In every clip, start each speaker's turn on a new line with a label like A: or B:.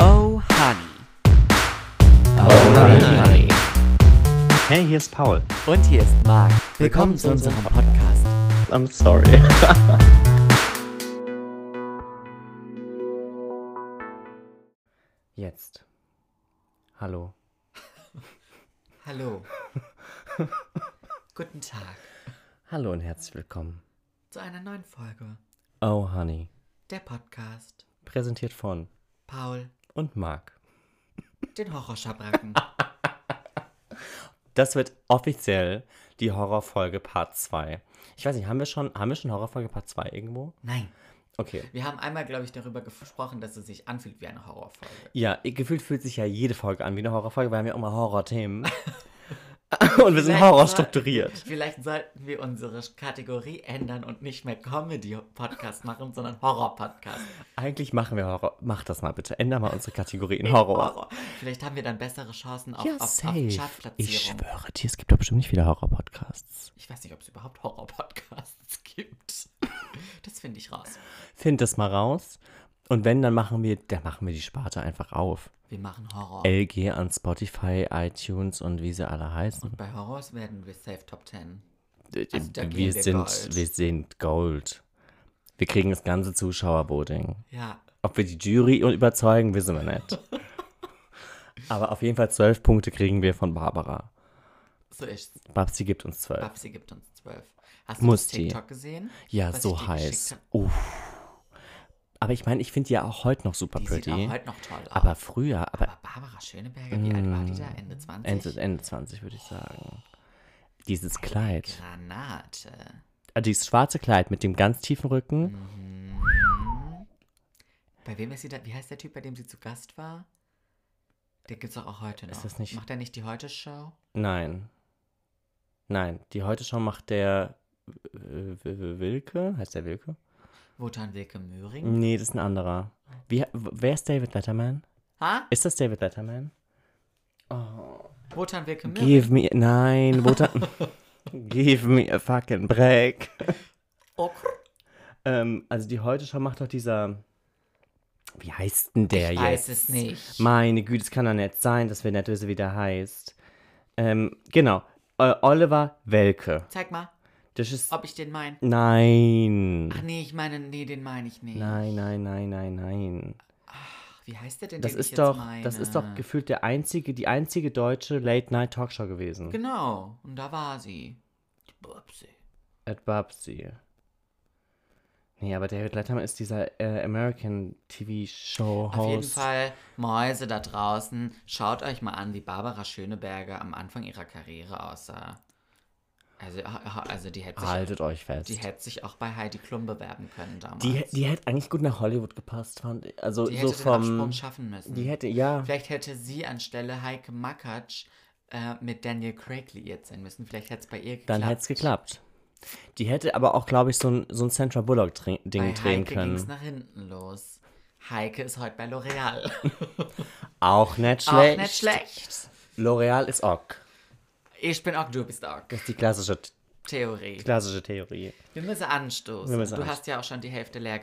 A: Oh, Honey.
B: Alright.
C: Hey, hier ist Paul.
A: Und hier ist Marc. Willkommen zu unserem Podcast.
C: I'm sorry.
B: Jetzt. Hallo.
A: Hallo. Guten Tag
B: Hallo und herzlich willkommen.
A: zu einer neuen Folge.
B: Oh Honey.
A: Der Podcast.
B: Präsentiert von
A: Paul,
B: und Marc.
A: den Horrorschabracken.
B: Das wird offiziell die Horrorfolge Part 2. Ich weiß nicht, haben wir schon, haben wir schon Horrorfolge Part 2 irgendwo?
A: Nein.
B: Okay.
A: Wir haben einmal, glaube ich, darüber gesprochen, dass es sich anfühlt wie eine Horrorfolge.
B: Ja, gefühlt fühlt sich ja jede Folge an wie eine Horrorfolge, weil wir haben ja immer Horrorthemen. und wir sind horror strukturiert.
A: Vielleicht sollten wir unsere Kategorie ändern und nicht mehr Comedy-Podcast machen, sondern Horror-Podcast.
B: Eigentlich machen wir Horror. Mach das mal bitte. Änder mal unsere Kategorie in Horror.
A: Horror. Vielleicht haben wir dann bessere Chancen auf,
B: Ja,
A: auf, auf
B: safe.
A: Chartplatzierung.
B: Ich schwöre dir, es gibt doch bestimmt nicht viele Horror-Podcasts.
A: Ich weiß nicht, ob es überhaupt Horror-Podcasts gibt. Das finde ich raus.
B: Find das mal raus. Und wenn, dann machen wir, dann machen wir die Sparte einfach auf.
A: Wir machen Horror.
B: LG an Spotify, iTunes und wie sie alle heißen.
A: Bei Horrors werden wir safe Top 10. da gehen
B: wir,
A: wir
B: sind,
A: Gold.
B: wir sind Gold. Wir kriegen das ganze Zuschauervoting.
A: Ja,
B: Ob wir die Jury überzeugen, wissen wir nicht. Aber auf jeden Fall zwölf Punkte kriegen wir von Barbara.
A: so ist's.
B: Babsi gibt uns zwölf.
A: Babsi gibt uns 12. Hast
B: Muss
A: du das
B: die.
A: TikTok gesehen?
B: Ja,
A: was ich
B: so
A: dir geschickt
B: heiß.
A: hab?
B: Uff. Aber ich meine, ich finde die ja auch heute noch super
A: Die sieht
B: pretty.
A: auch heute noch toll aus.
B: aber früher, aber mm,
A: Aber Barbara Schöneberger, wie alt war die da? Ende Oh. 20?
B: Ende, Ende 20 würde ich sagen. Dieses Kleid.
A: Granate.
B: Äh, Dieses schwarze Kleid mit dem ganz tiefen Rücken.
A: Mhm. Bei wem ist sie da? Wie heißt der Typ, bei dem sie zu Gast war? Den gibt's doch auch heute noch.
B: Ist das nicht-
A: Macht er nicht die Heute-Show?
B: Nein. Nein, die heute schon macht der äh, W- W- Wilke. Heißt der Wilke?
A: Wotan Wilke Möhring?
B: Nee, das ist ein anderer. Wie, w- wer ist David Letterman?
A: Ha?
B: Ist das David Letterman?
A: Wotan Wilke Möhring?
B: Give me. Nein, Wotan. Give me a fucking break.
A: Oh,
B: Ähm, also die heute schon macht doch dieser. Wie heißt denn der
A: ich
B: jetzt?
A: weiß es nicht.
B: Meine Güte, es kann doch nicht sein, dass wir nicht wissen, wie der heißt. Ähm, genau. Äh, Oliver Welke.
A: Zeig mal,
B: Das ist.
A: ob ich den meine.
B: Nein.
A: Ach nee, ich meine, nee, den meine ich nicht.
B: Nein, nein, nein, nein, nein.
A: Wie heißt der denn,
B: Das
A: den ich
B: ist
A: jetzt
B: doch,
A: meine?
B: das ist doch gefühlt der einzige, die einzige deutsche Late-Night-Talkshow gewesen. Genau.
A: Genau, und da war sie. Die Bubsi.
B: At Babsi. Nee, aber David Letterman ist dieser äh, American TV-Show-Host.
A: Auf jeden Fall, Mäuse da draußen, schaut euch mal an, wie Barbara Schöneberger am Anfang ihrer Karriere aussah. Also, also die hätte sich,
B: Haltet euch fest.
A: die hätte sich auch bei Heidi Klum bewerben können damals.
B: Die, hä- die hätte eigentlich gut nach Hollywood gepasst, fand ich. Also
A: Die
B: so
A: hätte den
B: vom.
A: Absprung schaffen müssen.
B: Die hätte, ja.
A: Vielleicht hätte sie anstelle Heike Makatsch äh, mit Daniel Craig liiert sein müssen. Vielleicht hätte es bei ihr geklappt.
B: Dann hätte es geklappt. Die hätte aber auch, glaube ich, so ein, so ein Sandra Bullock-Ding
A: Bei
B: drehen
A: Heike ging es
B: können.
A: nach hinten los. Heike ist heute bei L'Oreal.
B: Auch nicht
A: Auch
B: schlecht.
A: nicht schlecht.
B: L'Oreal ist ok.
A: Ich bin auch, du bist auch.
B: Das ist die klassische,
A: Theorie.
B: klassische Theorie.
A: Wir müssen anstoßen.
B: Wir müssen
A: du
B: anstoßen.
A: hast ja auch schon die Hälfte leer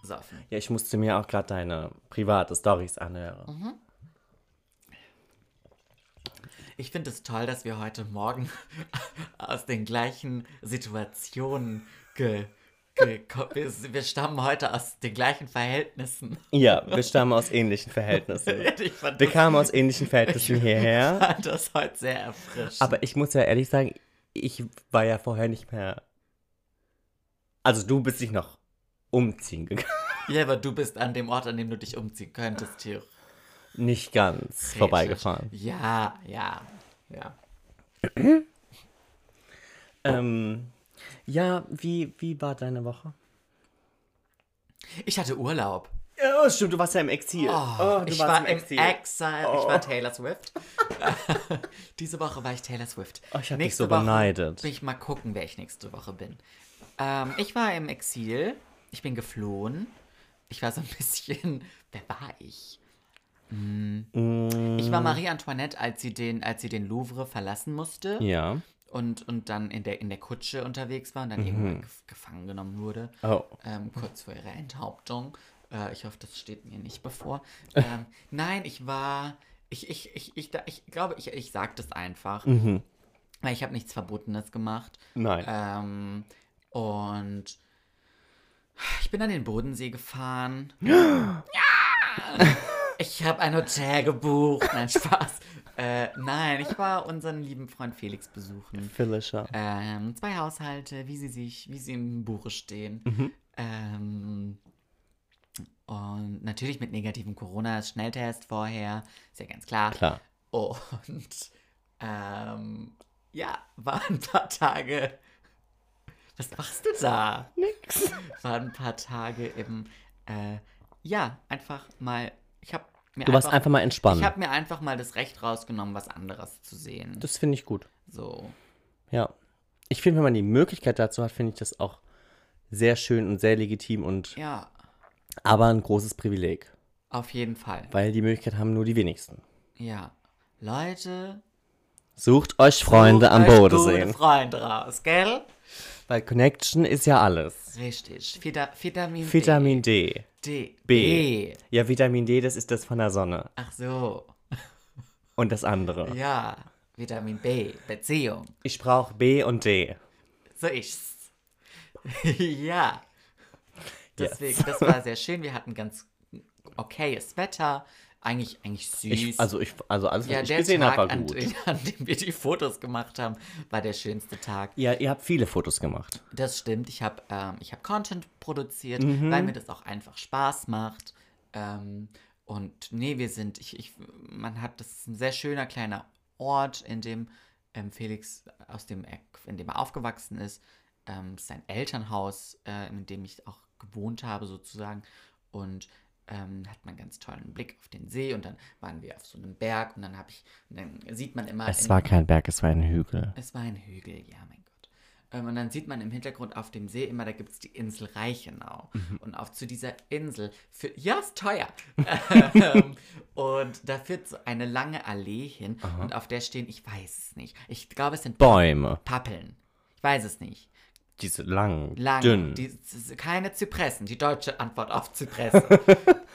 A: gesoffen.
B: Ja, ich musste mir auch gerade deine private Stories anhören.
A: Mhm. Ich finde es toll, dass wir heute Morgen aus den gleichen Situationen ge, ge ko- wir, wir stammen heute aus den gleichen Verhältnissen.
B: Ja, wir stammen aus ähnlichen Verhältnissen.
A: Ich fand
B: Wir
A: das,
B: kamen aus ähnlichen Verhältnissen hierher.
A: fand das heute sehr erfrischend.
B: Aber ich muss ja ehrlich sagen, ich war ja vorher nicht mehr. Also du bist dich noch umziehen gegangen.
A: ja, aber du bist an dem Ort, an dem du dich umziehen könntest, theoretisch.
B: Nicht ganz Ah. vorbeigefahren.
A: Ja, ja, ja.
B: Ähm, ja, wie, wie war deine Woche?
A: Ich hatte Urlaub.
B: Oh, stimmt, du warst ja im Exil.
A: Oh, ich war im Exil. Ich
B: Oh.
A: war Taylor Swift. Diese Woche war ich Taylor Swift.
B: Oh, ich hab dich so
A: Woche
B: beneidet.
A: Will ich mal gucken, wer ich nächste Woche bin. Ähm, ich war im Exil. Ich bin geflohen. Ich war so ein bisschen. Wer war ich? Hm.
B: Mm.
A: Ich war Marie Antoinette, als sie den, als sie den Louvre verlassen musste
B: Ja.
A: und, und dann in der, in der Kutsche unterwegs war und dann irgendwann gef- gefangen genommen wurde
B: Mhm. Oh.
A: ähm, kurz vor ihrer Enthauptung. Äh, ich hoffe, das steht mir nicht bevor. Ähm, nein, ich war. Ich, ich, ich, ich, da- ich glaube, ich, ich sag das einfach,
B: Mhm.
A: weil ich habe nichts Verbotenes gemacht.
B: Nein.
A: Ähm, und ich bin an den Bodensee gefahren. Ich habe ein Hotel gebucht. Nein, Spaß. Äh, nein, ich war unseren lieben Freund Felix besuchen.
B: Filischer.
A: Ähm, zwei Haushalte, wie sie sich, wie sie im Buche stehen.
B: Mhm.
A: Ähm, und natürlich mit negativem Corona-Schnelltest vorher, ist ja ganz klar.
B: Klar.
A: Und ähm, ja, war ein paar Tage. Was machst du da?
B: Nix.
A: War ein paar Tage im, äh, ja, einfach mal. Ich habe mir
B: Du warst einfach mal entspannt.
A: Ich habe mir einfach mal das Recht rausgenommen, was anderes zu sehen.
B: das finde ich gut.
A: So.
B: Ja. Ich finde, wenn man die Möglichkeit dazu hat, finde ich das auch sehr schön und sehr legitim und
A: Ja,
B: aber ein großes Privileg.
A: auf jeden Fall.
B: Weil die Möglichkeit haben nur die wenigsten.
A: Ja. Leute,
B: Sucht euch Freunde
A: sucht
B: am
A: euch
B: Bodensee.
A: Gute Freunde raus, gell?
B: Weil Connection ist ja alles.
A: Richtig. Vita Vitamin,
B: Vitamin D.
A: D.
B: B.
A: D.
B: Ja, Vitamin D, das ist das von der Sonne.
A: Ach so.
B: Und das andere.
A: Ja. Vitamin B. Beziehung.
B: Ich brauche B und D.
A: So ich's. ja.
B: Yes.
A: Deswegen, das war sehr schön. Wir hatten ganz okayes Wetter. Eigentlich, eigentlich süß.
B: Ich, also, ich, also alles, was
A: ja,
B: ich
A: der
B: gesehen
A: Tag,
B: habe, war
A: an,
B: gut.
A: an dem wir die Fotos gemacht haben, war der schönste Tag.
B: Ja, ihr habt viele Fotos gemacht.
A: Das stimmt. Ich habe ähm, ich hab Content produziert,
B: Mhm.
A: weil mir das auch einfach Spaß macht. Ähm, und nee, wir sind, ich, ich, man hat, das ist ein sehr schöner kleiner Ort, in dem ähm, Felix, aus dem er, in dem er aufgewachsen ist, ähm, sein Elternhaus, äh, in dem ich auch gewohnt habe sozusagen. Und ähm, hat man einen ganz tollen Blick auf den See und dann waren wir auf so einem Berg und dann habe ich, und dann sieht man immer.
B: Es
A: in-
B: war kein Berg, es war ein Hügel.
A: es war ein Hügel, ja, mein Gott. Ähm, und dann sieht man im Hintergrund auf dem See immer, da gibt es die Insel Reichenau. Und auf zu dieser Insel, für, ja, ist teuer. ähm, und da führt so eine lange Allee hin. Und auf der stehen, ich weiß es nicht. Ich glaube, es sind
B: Bäume.
A: Pappeln. Ich weiß es nicht.
B: Die sind lang,
A: Lang.
B: dünn.
A: Die, z- z- keine Zypressen. Die deutsche Antwort auf Zypressen.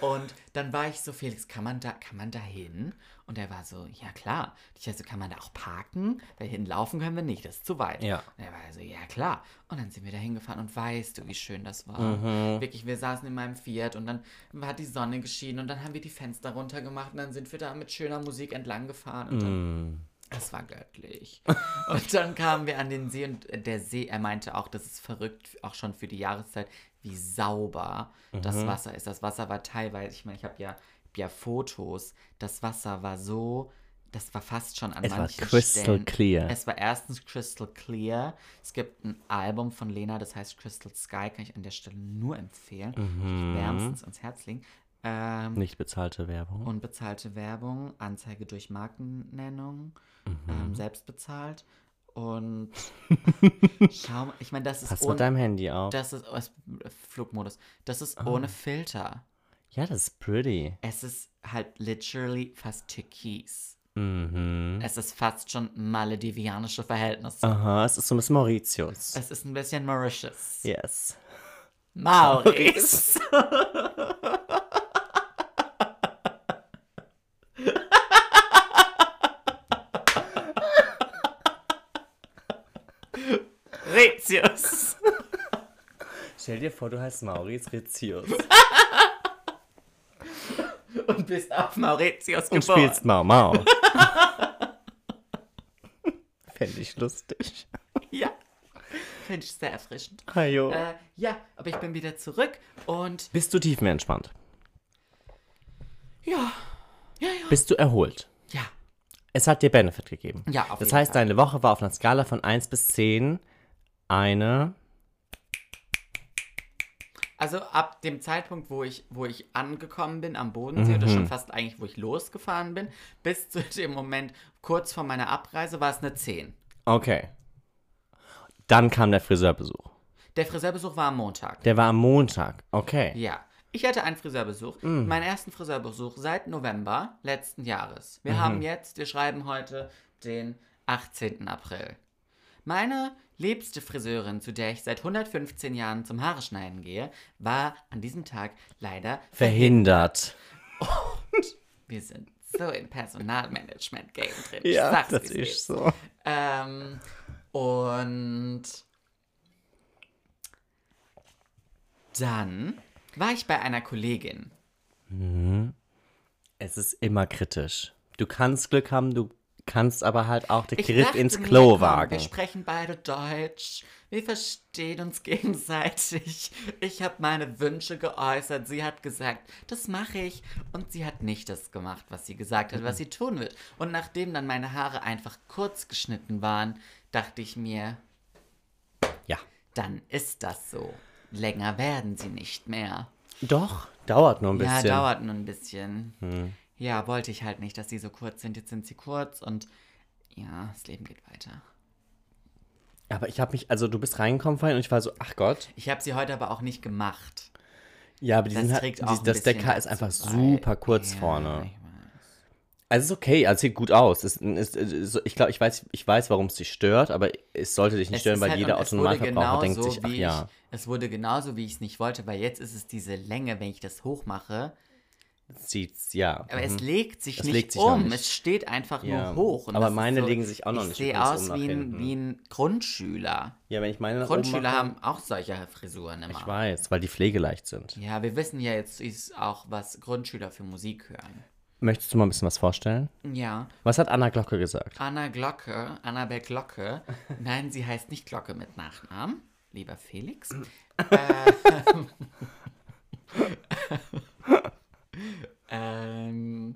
A: und dann war ich so, Felix, kann man da, kann man da hin? Und er war so, ja klar. Ich also, kann man da auch parken? Weil hinlaufen können wir nicht, das ist zu weit.
B: Ja.
A: Und er war so, ja klar. Und dann sind wir da hingefahren und weißt du, wie schön das war.
B: Mhm.
A: Wirklich, wir saßen in meinem Fiat und dann hat die Sonne geschienen und dann haben wir die Fenster runtergemacht und dann sind wir da mit schöner Musik entlang gefahren und dann das war göttlich. Und dann kamen wir an den See und der See, er meinte auch, das ist verrückt, auch schon für die Jahreszeit, wie sauber
B: Mhm.
A: das Wasser ist. Das Wasser war teilweise, ich meine, ich habe ja, hab ja Fotos, das Wasser war so, das war fast schon an
B: Es war
A: manchen
B: crystal
A: Stellen.
B: clear.
A: Es war erstens crystal clear. Es gibt ein Album von Lena, das heißt Crystal Sky, kann ich an der Stelle nur empfehlen.
B: Mhm.
A: Kann Ich wärmstens ans Herz legen. Ähm,
B: Nicht bezahlte Werbung.
A: Unbezahlte Werbung, Anzeige durch Markennennung,
B: Mhm.
A: ähm, selbst bezahlt. Und schau mal, ich meine, das ist
B: Pass mit deinem Ah. Handy auf.
A: das ist oh, es- Flugmodus. Das ist ohne Filter.
B: ja, das ist pretty.
A: Es ist halt literally fast türkis.
B: Mhm. Ah.
A: Es ist fast schon maledivianische Verhältnisse.
B: Aha, es ist so ein bisschen Mauritius.
A: Es ist ein bisschen Mauritius.
B: yes.
A: Maurice. Mauritius.
B: Stell dir vor, du heißt Mauritius
A: Und bist auf Mauritius
B: und
A: geboren.
B: spielst Mau Mau. Fände ich lustig.
A: Ja. Finde ich sehr erfrischend.
B: Hajo.
A: Äh, ja, aber ich bin wieder zurück und
B: Bist du tiefenentspannt?
A: ja. Ja, ja.
B: Bist du erholt?
A: Ja.
B: Es hat dir Benefit gegeben.
A: Ja, auf
B: Das
A: jeden
B: heißt,
A: Fall.
B: deine Woche war auf einer Skala von 1 bis 10 eine.
A: Also ab dem Zeitpunkt, wo ich, wo ich angekommen bin am Bodensee oder schon fast eigentlich, wo ich losgefahren bin, bis zu dem Moment kurz vor meiner Abreise war es eine 10.
B: Okay. Dann kam der Friseurbesuch.
A: Der Friseurbesuch war am Montag.
B: Der war am Montag. Okay.
A: Ja. Ich hatte einen Friseurbesuch, meinen ersten Friseurbesuch seit November letzten Jahres. Wir haben jetzt, wir schreiben heute den 18. April. Meine liebste Friseurin, zu der ich seit 115 Jahren zum Haareschneiden gehe, war an diesem Tag leider
B: Verhindert.
A: Wir sind so im Personalmanagement-Game drin. Ich
B: Ja,
A: sag's,
B: das
A: wie's
B: ist so.
A: Ähm, und dann war ich bei einer Kollegin.
B: Es ist immer kritisch. Du kannst Glück haben, du kannst aber halt auch den
A: Ich
B: Griff
A: dachte
B: ins
A: mir,
B: Klo
A: komm, Wir
B: wagen.
A: sprechen beide Deutsch. Wir verstehen uns gegenseitig. Ich habe meine Wünsche geäußert. Sie hat gesagt, das mache ich. Und sie hat nicht das gemacht, was sie gesagt hat, was sie tun wird. Und nachdem dann meine Haare einfach kurz geschnitten waren, dachte ich mir,
B: Ja.
A: dann ist das so. Länger werden sie nicht mehr.
B: Doch, dauert nur ein bisschen. Hm.
A: Ja, dauert nur ein bisschen. Ja, wollte ich halt nicht, dass die so kurz sind. Jetzt sind sie kurz und ja, das Leben geht weiter.
B: Aber ich habe mich, also du bist reingekommen vorhin und ich war so, ach Gott.
A: Ich habe sie heute aber auch nicht gemacht.
B: Ja, aber die
A: Das
B: sind halt,
A: trägt
B: die,
A: auch ein
B: das, der
A: bisschen
B: K ist einfach
A: dazu bei.
B: super kurz
A: Ja,
B: vorne.
A: ich weiß.
B: Also es ist okay, also sieht gut aus. Es ist, es ist, ich glaube, ich weiß, ich weiß, warum es dich stört, aber es sollte dich nicht
A: Es
B: stören,
A: ist
B: weil
A: halt-
B: jeder
A: und es wurde
B: Autonomalverbraucher denkt
A: genauso,
B: sich, ach
A: wie
B: ja.
A: Ich, es wurde genauso, wie ich es nicht wollte, weil jetzt ist es diese Länge, wenn ich das hochmache.
B: Sieht's, ja.
A: Aber
B: mhm.
A: es legt sich
B: Es
A: nicht
B: legt sich noch
A: um.
B: nicht.
A: Es steht einfach
B: Ja.
A: nur hoch.
B: Aber
A: das ist
B: meine legen sich auch noch nicht
A: Ich sehe
B: übrigens um
A: aus
B: nach
A: wie, ein,
B: hinten.
A: wie ein Grundschüler.
B: ja, wenn ich meine nach oben
A: Grundschüler
B: mache-
A: haben auch solche Frisuren immer.
B: Ich weiß, weil die pflegeleicht sind.
A: Ja, wir wissen ja jetzt ist auch, was Grundschüler für Musik hören.
B: Möchtest du mal ein bisschen was vorstellen?
A: Ja,
B: Was hat Anna Glocke gesagt?
A: Anna Glocke, Annabel Glocke. Nein, sie heißt nicht Glocke mit Nachnamen, lieber Felix. Ähm, ähm,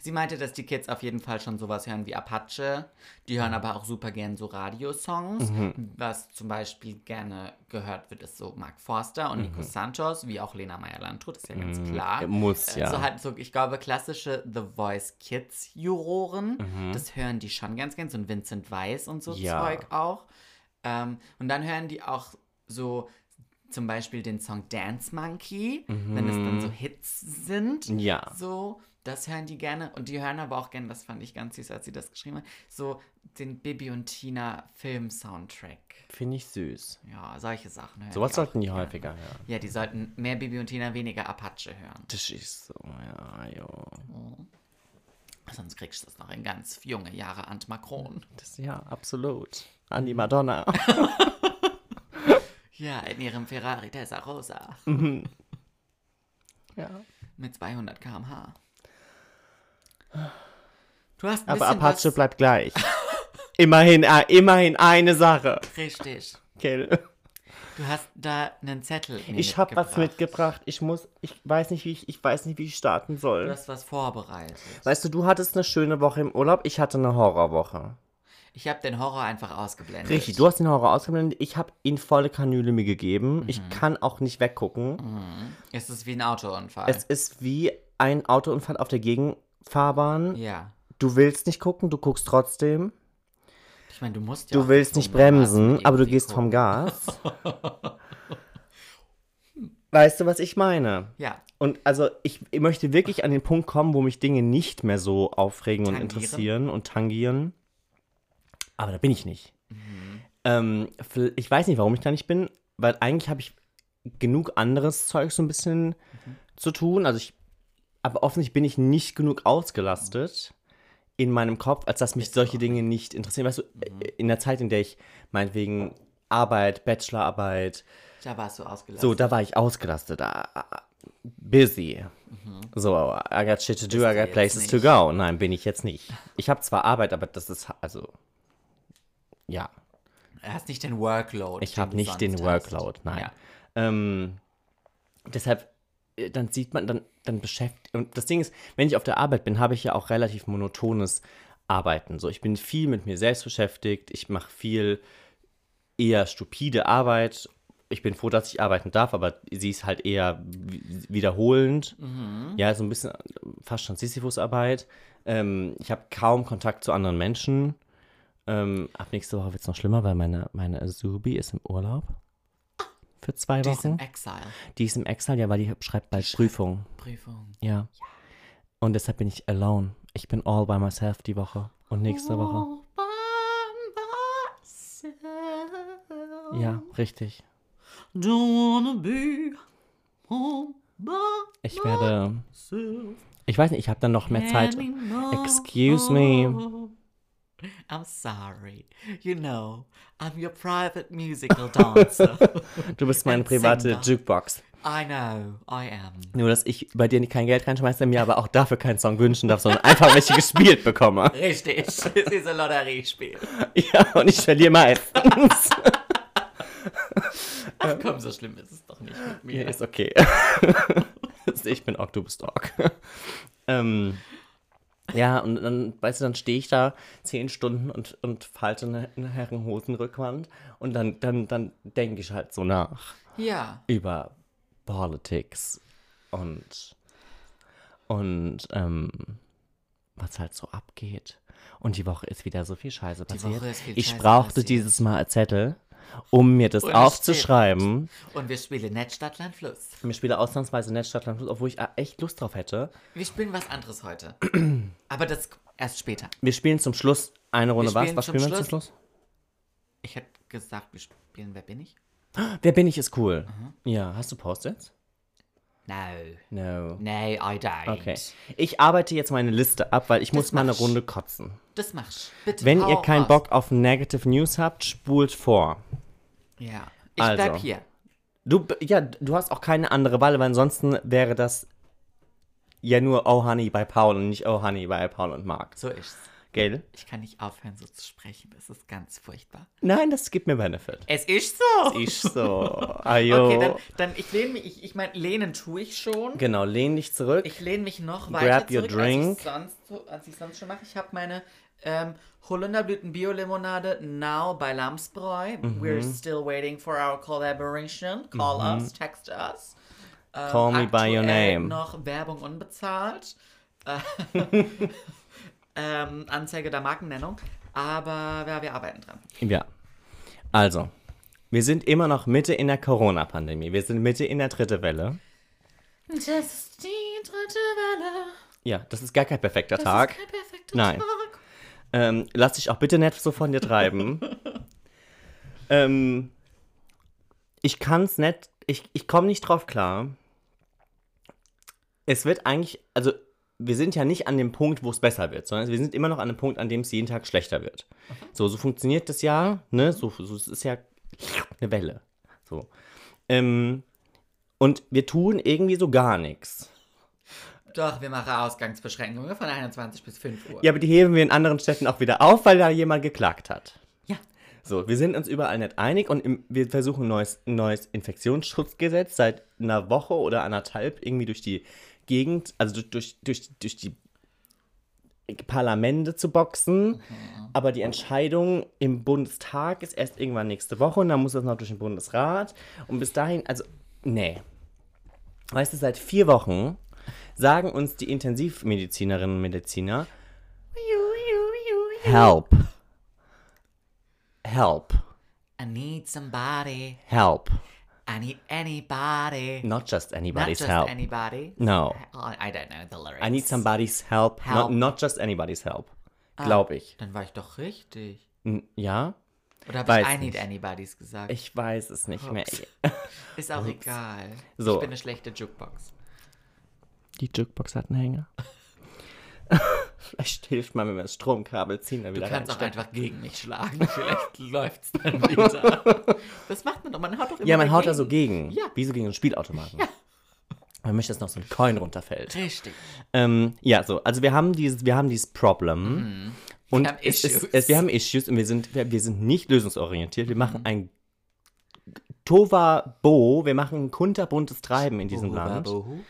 A: sie meinte, dass die Kids auf jeden Fall schon sowas hören wie Apache. Die hören aber auch super gern so Radiosongs. Was zum Beispiel gerne gehört wird, ist so Mark Forster und Nico Santos, wie auch Lena Meyer-Landrut, ist ja ganz klar.
B: Muss,
A: Äh,
B: ja.
A: So halt so, ich glaube, klassische The Voice Kids Juroren, das hören die schon ganz gern, so ein Vincent Weiss und so
B: Mhm. Ja.
A: Zeug auch. Ähm, und dann hören die auch so zum Beispiel den Song Dance Monkey, wenn es dann so Hits sind.
B: Mhm. Ja.
A: So, das hören die gerne. Und die hören aber auch gerne, das fand ich ganz süß, als sie das geschrieben hat, so den Bibi und Tina Film-Soundtrack.
B: Finde ich süß.
A: Ja, solche Sachen hören
B: Sowas
A: die auch
B: sollten die
A: gerne.
B: häufiger hören.
A: Ja, die sollten mehr Bibi und Tina, weniger Apache hören.
B: Das ist so, ja, jo.
A: Sonst kriegst du das noch in ganz junge Jahre Ant Macron.
B: Das, ja, absolut. An die Madonna.
A: Ja, in ihrem Ferrari Testarossa.
B: ja.
A: Mit 200 km/h. Du hast ein
B: Aber
A: bisschen
B: Apache
A: was...
B: bleibt gleich. immerhin, äh, immerhin eine Sache.
A: Richtig.
B: Kell.
A: Du hast da einen Zettel mir
B: Ich habe was
A: mitgebracht.
B: mitgebracht. Ich muss, ich weiß nicht, wie ich, ich weiß nicht, wie ich starten
A: Du
B: soll.
A: hast was vorbereitet.
B: Weißt du, du hattest eine schöne Woche im Urlaub, ich hatte eine Horrorwoche.
A: Ich habe den Horror einfach ausgeblendet.
B: Richtig, du hast den Horror ausgeblendet. Ich habe ihn volle Kanüle mir gegeben.
A: Mhm.
B: Ich kann auch nicht weggucken.
A: Es ist wie ein Autounfall.
B: Es ist wie ein Autounfall auf der Gegenfahrbahn.
A: ja.
B: Du willst nicht gucken, du guckst trotzdem.
A: Ich meine, du musst ja
B: Du
A: auch
B: willst nicht bremsen, aber du gehst vom
A: Gas.
B: Gas. weißt du, was ich meine?
A: Ja,
B: Und also ich, ich möchte wirklich an den Punkt kommen, wo mich Dinge nicht mehr so aufregen und
A: Tangieren.
B: interessieren und tangieren. Aber da bin ich nicht. Ähm, vi- ich weiß nicht, warum ich da nicht bin, weil eigentlich habe ich genug anderes Zeug so ein bisschen zu tun. Also ich, aber offensichtlich bin ich nicht genug ausgelastet in meinem Kopf, als dass mich solche Dinge nicht interessieren. Weißt du, in der Zeit, in der ich meinetwegen Arbeit, Bachelorarbeit,
A: da warst du ausgelassen.
B: so, da war ich ausgelastet. ah, ah, Busy. So, I got shit to do, I
A: Mhm. du
B: got
A: jetzt
B: places to
A: nicht.
B: go. Nein, bin ich jetzt nicht. Ich habe zwar Arbeit, aber das ist, ha- also, ja,
A: Du hast nicht den Workload.
B: ich
A: den
B: habe
A: du
B: nicht den
A: sonst hast.
B: Workload, nein.
A: Ja.
B: Ähm, deshalb, äh, dann sieht man, dann, dann beschäftigt, und das Ding ist, wenn ich auf der Arbeit bin, habe ich ja auch relativ monotones Arbeiten. So, ich bin viel mit mir selbst beschäftigt, ich mache viel eher stupide Arbeit. Ich bin froh, dass ich arbeiten darf, aber sie ist halt eher wi- wiederholend.
A: Mhm.
B: Ja, so ein bisschen äh, fast schon Sisyphus-Arbeit. Ähm, ich habe kaum Kontakt zu anderen Menschen. Ähm, ab nächste Woche wird es noch schlimmer, weil meine, meine Azubi ist im Urlaub. Für zwei
A: Die ist
B: Wochen.
A: im Exile.
B: Die ist im Exil, ja, weil die schreibt bald Prüfung.
A: Prüfung.
B: Ja. Und deshalb bin ich alone. Ich bin all by myself die Woche. Und nächste Woche. Ja, richtig.
A: Don't wanna be home by
B: Ich werde.
A: myself
B: Ich weiß nicht, ich habe dann noch mehr Zeit.
A: anymore.
B: Excuse me.
A: I'm sorry. You know, I'm your private musical dancer.
B: Du bist meine private
A: Sänger.
B: Jukebox.
A: I know, I am.
B: Nur, dass ich bei dir kein Geld reinschmeiße, mir aber auch dafür keinen Song wünschen darf, sondern einfach welche gespielt bekomme.
A: Richtig, es ist ein Lotteriespiel.
B: Ja, und ich verliere meistens.
A: Ach komm, so schlimm ist es doch nicht mit
B: Ja,
A: mir.
B: ist okay. ich bin Ork, du bist Ork. ähm, ja, und dann, weißt du, dann stehe ich da zehn Stunden und, und falte eine, eine Herrenhosenrückwand und dann, dann, dann denke ich halt so nach
A: Ja,
B: über Politics und, und ähm, was halt so abgeht. Und die Woche ist wieder so viel Scheiße
A: Woche
B: passiert.
A: ist viel
B: ich
A: Scheiße
B: brauchte
A: passiert.
B: dieses Mal einen Zettel, um mir das
A: Und
B: aufzuschreiben.
A: und wir spielen nicht Stadt, Land, Fluss.
B: Mir spiele ausnahmsweise Netz statt Landfluss, obwohl ich äh, echt Lust drauf hätte.
A: Wir spielen was anderes heute. Aber das erst später.
B: Wir spielen zum Schluss eine Runde was?
A: spielen
B: Was
A: zum
B: spielen wir zum Schluss?
A: Ich hätte gesagt, wir spielen Wer bin ich?
B: Wer bin ich ist cool.
A: Mhm.
B: Ja, hast du Post-its?
A: No.
B: No.
A: Nee, I don't.
B: Okay. Ich arbeite jetzt meine Liste ab, weil ich muss mal eine
A: mach's.
B: Runde kotzen.
A: Das machst du. Bitte.
B: Wenn
A: hau
B: ihr keinen
A: raus.
B: Bock auf Negative News habt, spult vor.
A: Ja. Ich
B: Also.
A: bleib hier.
B: Du, b- ja, du hast auch keine andere Wahl, weil ansonsten wäre das ja nur Oh Honey bei Paul und nicht Oh Honey bei Paul und Mark.
A: So ist's.
B: Gell?
A: Ich kann nicht aufhören, so zu sprechen. Das ist ganz furchtbar.
B: Nein, das gibt mir Benefit.
A: Es ist so.
B: Ich so. Ajo.
A: Okay, dann, dann ich lehne mich, ich, ich meine, lehnen tue ich schon.
B: Genau, lehn dich zurück.
A: Ich lehne mich noch weiter
B: Grab your
A: zurück, als
B: drink.
A: ich sonst, so- als ich sonst schon mache. Ich habe meine ähm, Holunderblüten Bio-Limonade now bei Lamsbräu.
B: Mhm.
A: We're still waiting for our collaboration. Call us, text us. Ähm,
B: Call me by your
A: aktuell
B: name.
A: Noch Werbung unbezahlt. Äh, ähm, Anzeige der Markennennung. Aber ja, wir arbeiten dran.
B: Ja. Also, wir sind immer noch Mitte in der Corona-Pandemie. Wir sind Mitte in der dritten Welle.
A: Das ist die dritte Welle.
B: Ja, das ist gar kein perfekter Tag.
A: perfekter
B: Nein.
A: Tag.
B: Ähm, lass dich auch bitte nicht so von dir treiben. ähm, ich kann's nicht, ich, ich komme nicht drauf klar. Es wird eigentlich, also wir sind ja nicht an dem Punkt, wo es besser wird, sondern wir sind immer noch an dem Punkt, an dem es jeden Tag schlechter wird. So, so funktioniert das ja, ne? So, so es ist ja eine Welle. So. Ähm, und wir tun irgendwie so gar nichts.
A: Doch, wir machen Ausgangsbeschränkungen von 21 bis 5 Uhr.
B: Ja, aber die heben wir in anderen Städten auch wieder auf, weil da jemand geklagt hat.
A: Ja.
B: So, wir sind uns überall nicht einig und im, wir versuchen ein neues, ein neues Infektionsschutzgesetz seit einer Woche oder anderthalb irgendwie durch die Gegend, also durch, durch, durch, durch die Parlamente zu boxen. Aber die Entscheidung im Bundestag ist erst irgendwann nächste Woche und dann muss das noch durch den Bundesrat. Und bis dahin, also, nee. Weißt du, seit vier Wochen sagen uns die Intensivmedizinerinnen und Mediziner, help, help,
A: I need somebody.
B: help.
A: I need anybody.
B: Not just
A: Not
B: anybody's
A: just
B: help.
A: anybody.
B: No.
A: I I don't know the lyrics.
B: I need somebody's
A: Help.
B: help.
A: Ah.
B: Not, not just anybody's help. Glaube ich.
A: Dann war ich doch richtig.
B: N ja?
A: Oder habe
B: Weiß
A: ich I need
B: nicht.
A: anybody's gesagt?
B: Ich weiß es nicht mehr.
A: Ups. Ist auch egal.
B: So.
A: Ich bin eine schlechte Jukebox.
B: Die Jukebox hat einen Hänger. Vielleicht hilft man, wenn wir das Stromkabel ziehen, dann wieder
A: Du kannst auch
B: reinstecken.
A: einfach gegen mich schlagen. Vielleicht läuft's dann wieder. Das macht man doch. Man haut doch immer
B: Ja, man haut da
A: dagegen.
B: so gegen.
A: Ja.
B: Wie so gegen einen Spielautomaten. Man möchte, dass noch so ein Coin runterfällt.
A: Richtig.
B: Ähm, ja, so. Also wir haben dieses, wir haben dieses Problem. Und
A: Mhm. haben
B: es ist-
A: Issues. Mhm.
B: es, wir haben Issues und wir sind, wir, wir sind nicht lösungsorientiert. Wir machen ein Tova Bo, wir machen ein kunterbuntes Treiben in diesem Land.
A: Bohu.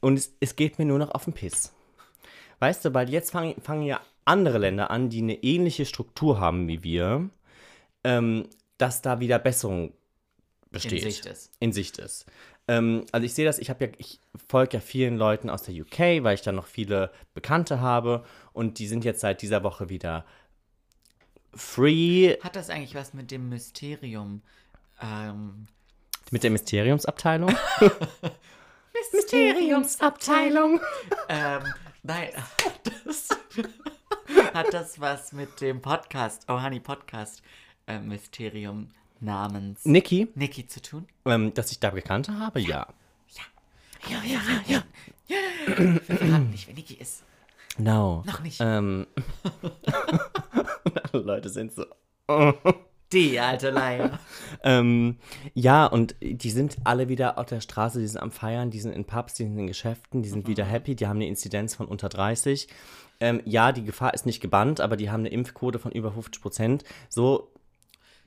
B: Und es, es geht mir nur noch auf den Piss. Weißt du, weil jetzt fangen fangen ja andere Länder an, die eine ähnliche Struktur haben wie wir, ähm, dass da wieder Besserung besteht.
A: Sicht ist.
B: In Sicht ist. Ähm, also ich sehe das, ich habe ja, ich folge ja vielen Leuten aus der UK, weil ich da noch viele Bekannte habe und die sind jetzt seit dieser Woche wieder free
A: Hat das eigentlich was mit dem Mysterium? Ähm,
B: mit der Mysteriumsabteilung. Mysteriumsabteilung.
A: Ähm, nein, hat das, hat das was mit dem Podcast, Oh Honey Podcast äh, Mysterium namens
B: Niki,
A: Niki zu tun?
B: ähm, dass ich da gekannt habe, ja.
A: Ja, ja, ja, ja. ja, ja, ja. Wir verraten nicht, wer Niki ist.
B: No.
A: Noch nicht.
B: Ähm. Alle Leute sind so.
A: Die alte Leier.
B: Ähm, ja, und die sind alle wieder auf der Straße, die sind am Feiern, die sind in Pubs, die sind in Geschäften, die
A: Mhm.
B: sind wieder happy, die haben eine Inzidenz von unter 30. Ähm, ja, die Gefahr ist nicht gebannt, aber die haben eine Impfquote von über 50 Prozent. So,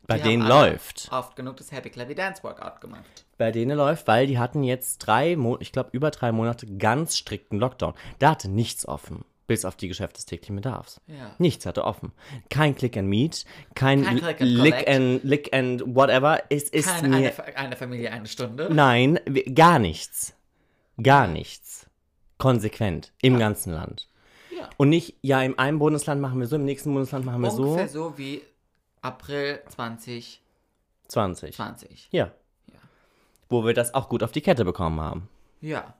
B: bei
A: Die
B: denen
A: haben alle
B: läuft.
A: Oft genug das Happy Clappy Dance Workout gemacht.
B: Bei denen läuft, weil die hatten jetzt drei, Mo ich glaube, über drei Monate ganz strikten Lockdown. Da hatte nichts offen. Bis auf die Geschäfte des täglichen Bedarfs.
A: Ja.
B: Nichts hatte offen. Kein Click and Meet, kein,
A: Kein Click and
B: Lick,
A: Collect.
B: and, Lick and whatever. Es ist
A: Keine
B: mir
A: eine, Fa- eine Familie, eine Stunde.
B: Nein, wir- gar nichts. Gar nichts. Konsequent. Im ganzen Land.
A: Ja.
B: Und nicht, ja, in einem Bundesland machen wir so, im nächsten Bundesland machen wir so.
A: Ungefähr so wie April 2020.
B: 20. Ja.
A: Ja.
B: Wo wir das auch gut auf die Kette bekommen haben.
A: Ja.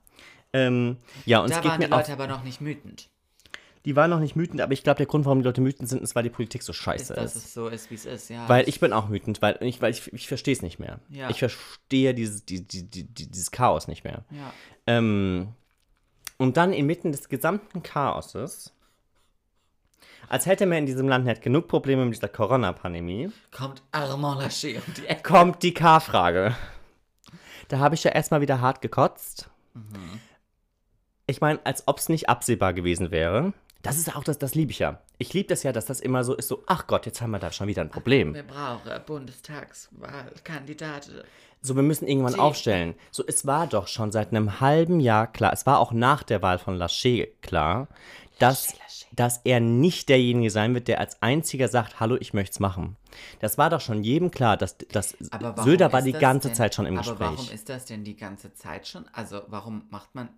B: Ähm, ja, und es
A: Da
B: geht
A: waren die
B: mir auch.
A: Leute aber noch nicht wütend,
B: Die waren noch nicht wütend, aber ich glaube, der Grund, warum die Leute wütend sind, ist, weil die Politik so
A: ist,
B: scheiße
A: dass
B: ist.
A: es so ist, wie es ist. Ja,
B: Weil ich bin auch wütend, weil ich, weil ich, ich verstehe es nicht mehr.
A: Ja.
B: Ich verstehe dieses, die, die, die, die- dieses Chaos nicht mehr.
A: Ja.
B: Ähm, und dann inmitten des gesamten Chaoses, als hätte man in diesem Land nicht genug Probleme mit dieser Corona-Pandemie,
A: Kommt Armand Laché um die Ecke.
B: kommt die K-Frage. Da habe ich ja erstmal wieder hart gekotzt. Ich meine, als ob es nicht absehbar gewesen wäre. Das ist auch das, das liebe ich ja. Ich liebe das ja, dass das immer so ist, so, ach Gott, jetzt haben wir da schon wieder ein Problem.
A: Wir brauchen Bundestagswahlkandidaten.
B: So, wir müssen irgendwann
A: Sie-
B: aufstellen. So, es war doch schon seit einem halben Jahr klar, es war auch nach der Wahl von Lachey klar, dass,
A: Lachey.
B: dass er nicht derjenige sein wird, der als einziger sagt, hallo, ich möchte es machen. Das war doch schon jedem klar, dass, dass
A: Aber warum
B: Söder war
A: ist
B: die
A: das
B: ganze
A: denn,
B: Zeit schon im
A: aber
B: Gespräch.
A: Warum ist das denn die ganze Zeit schon? Also, warum macht man.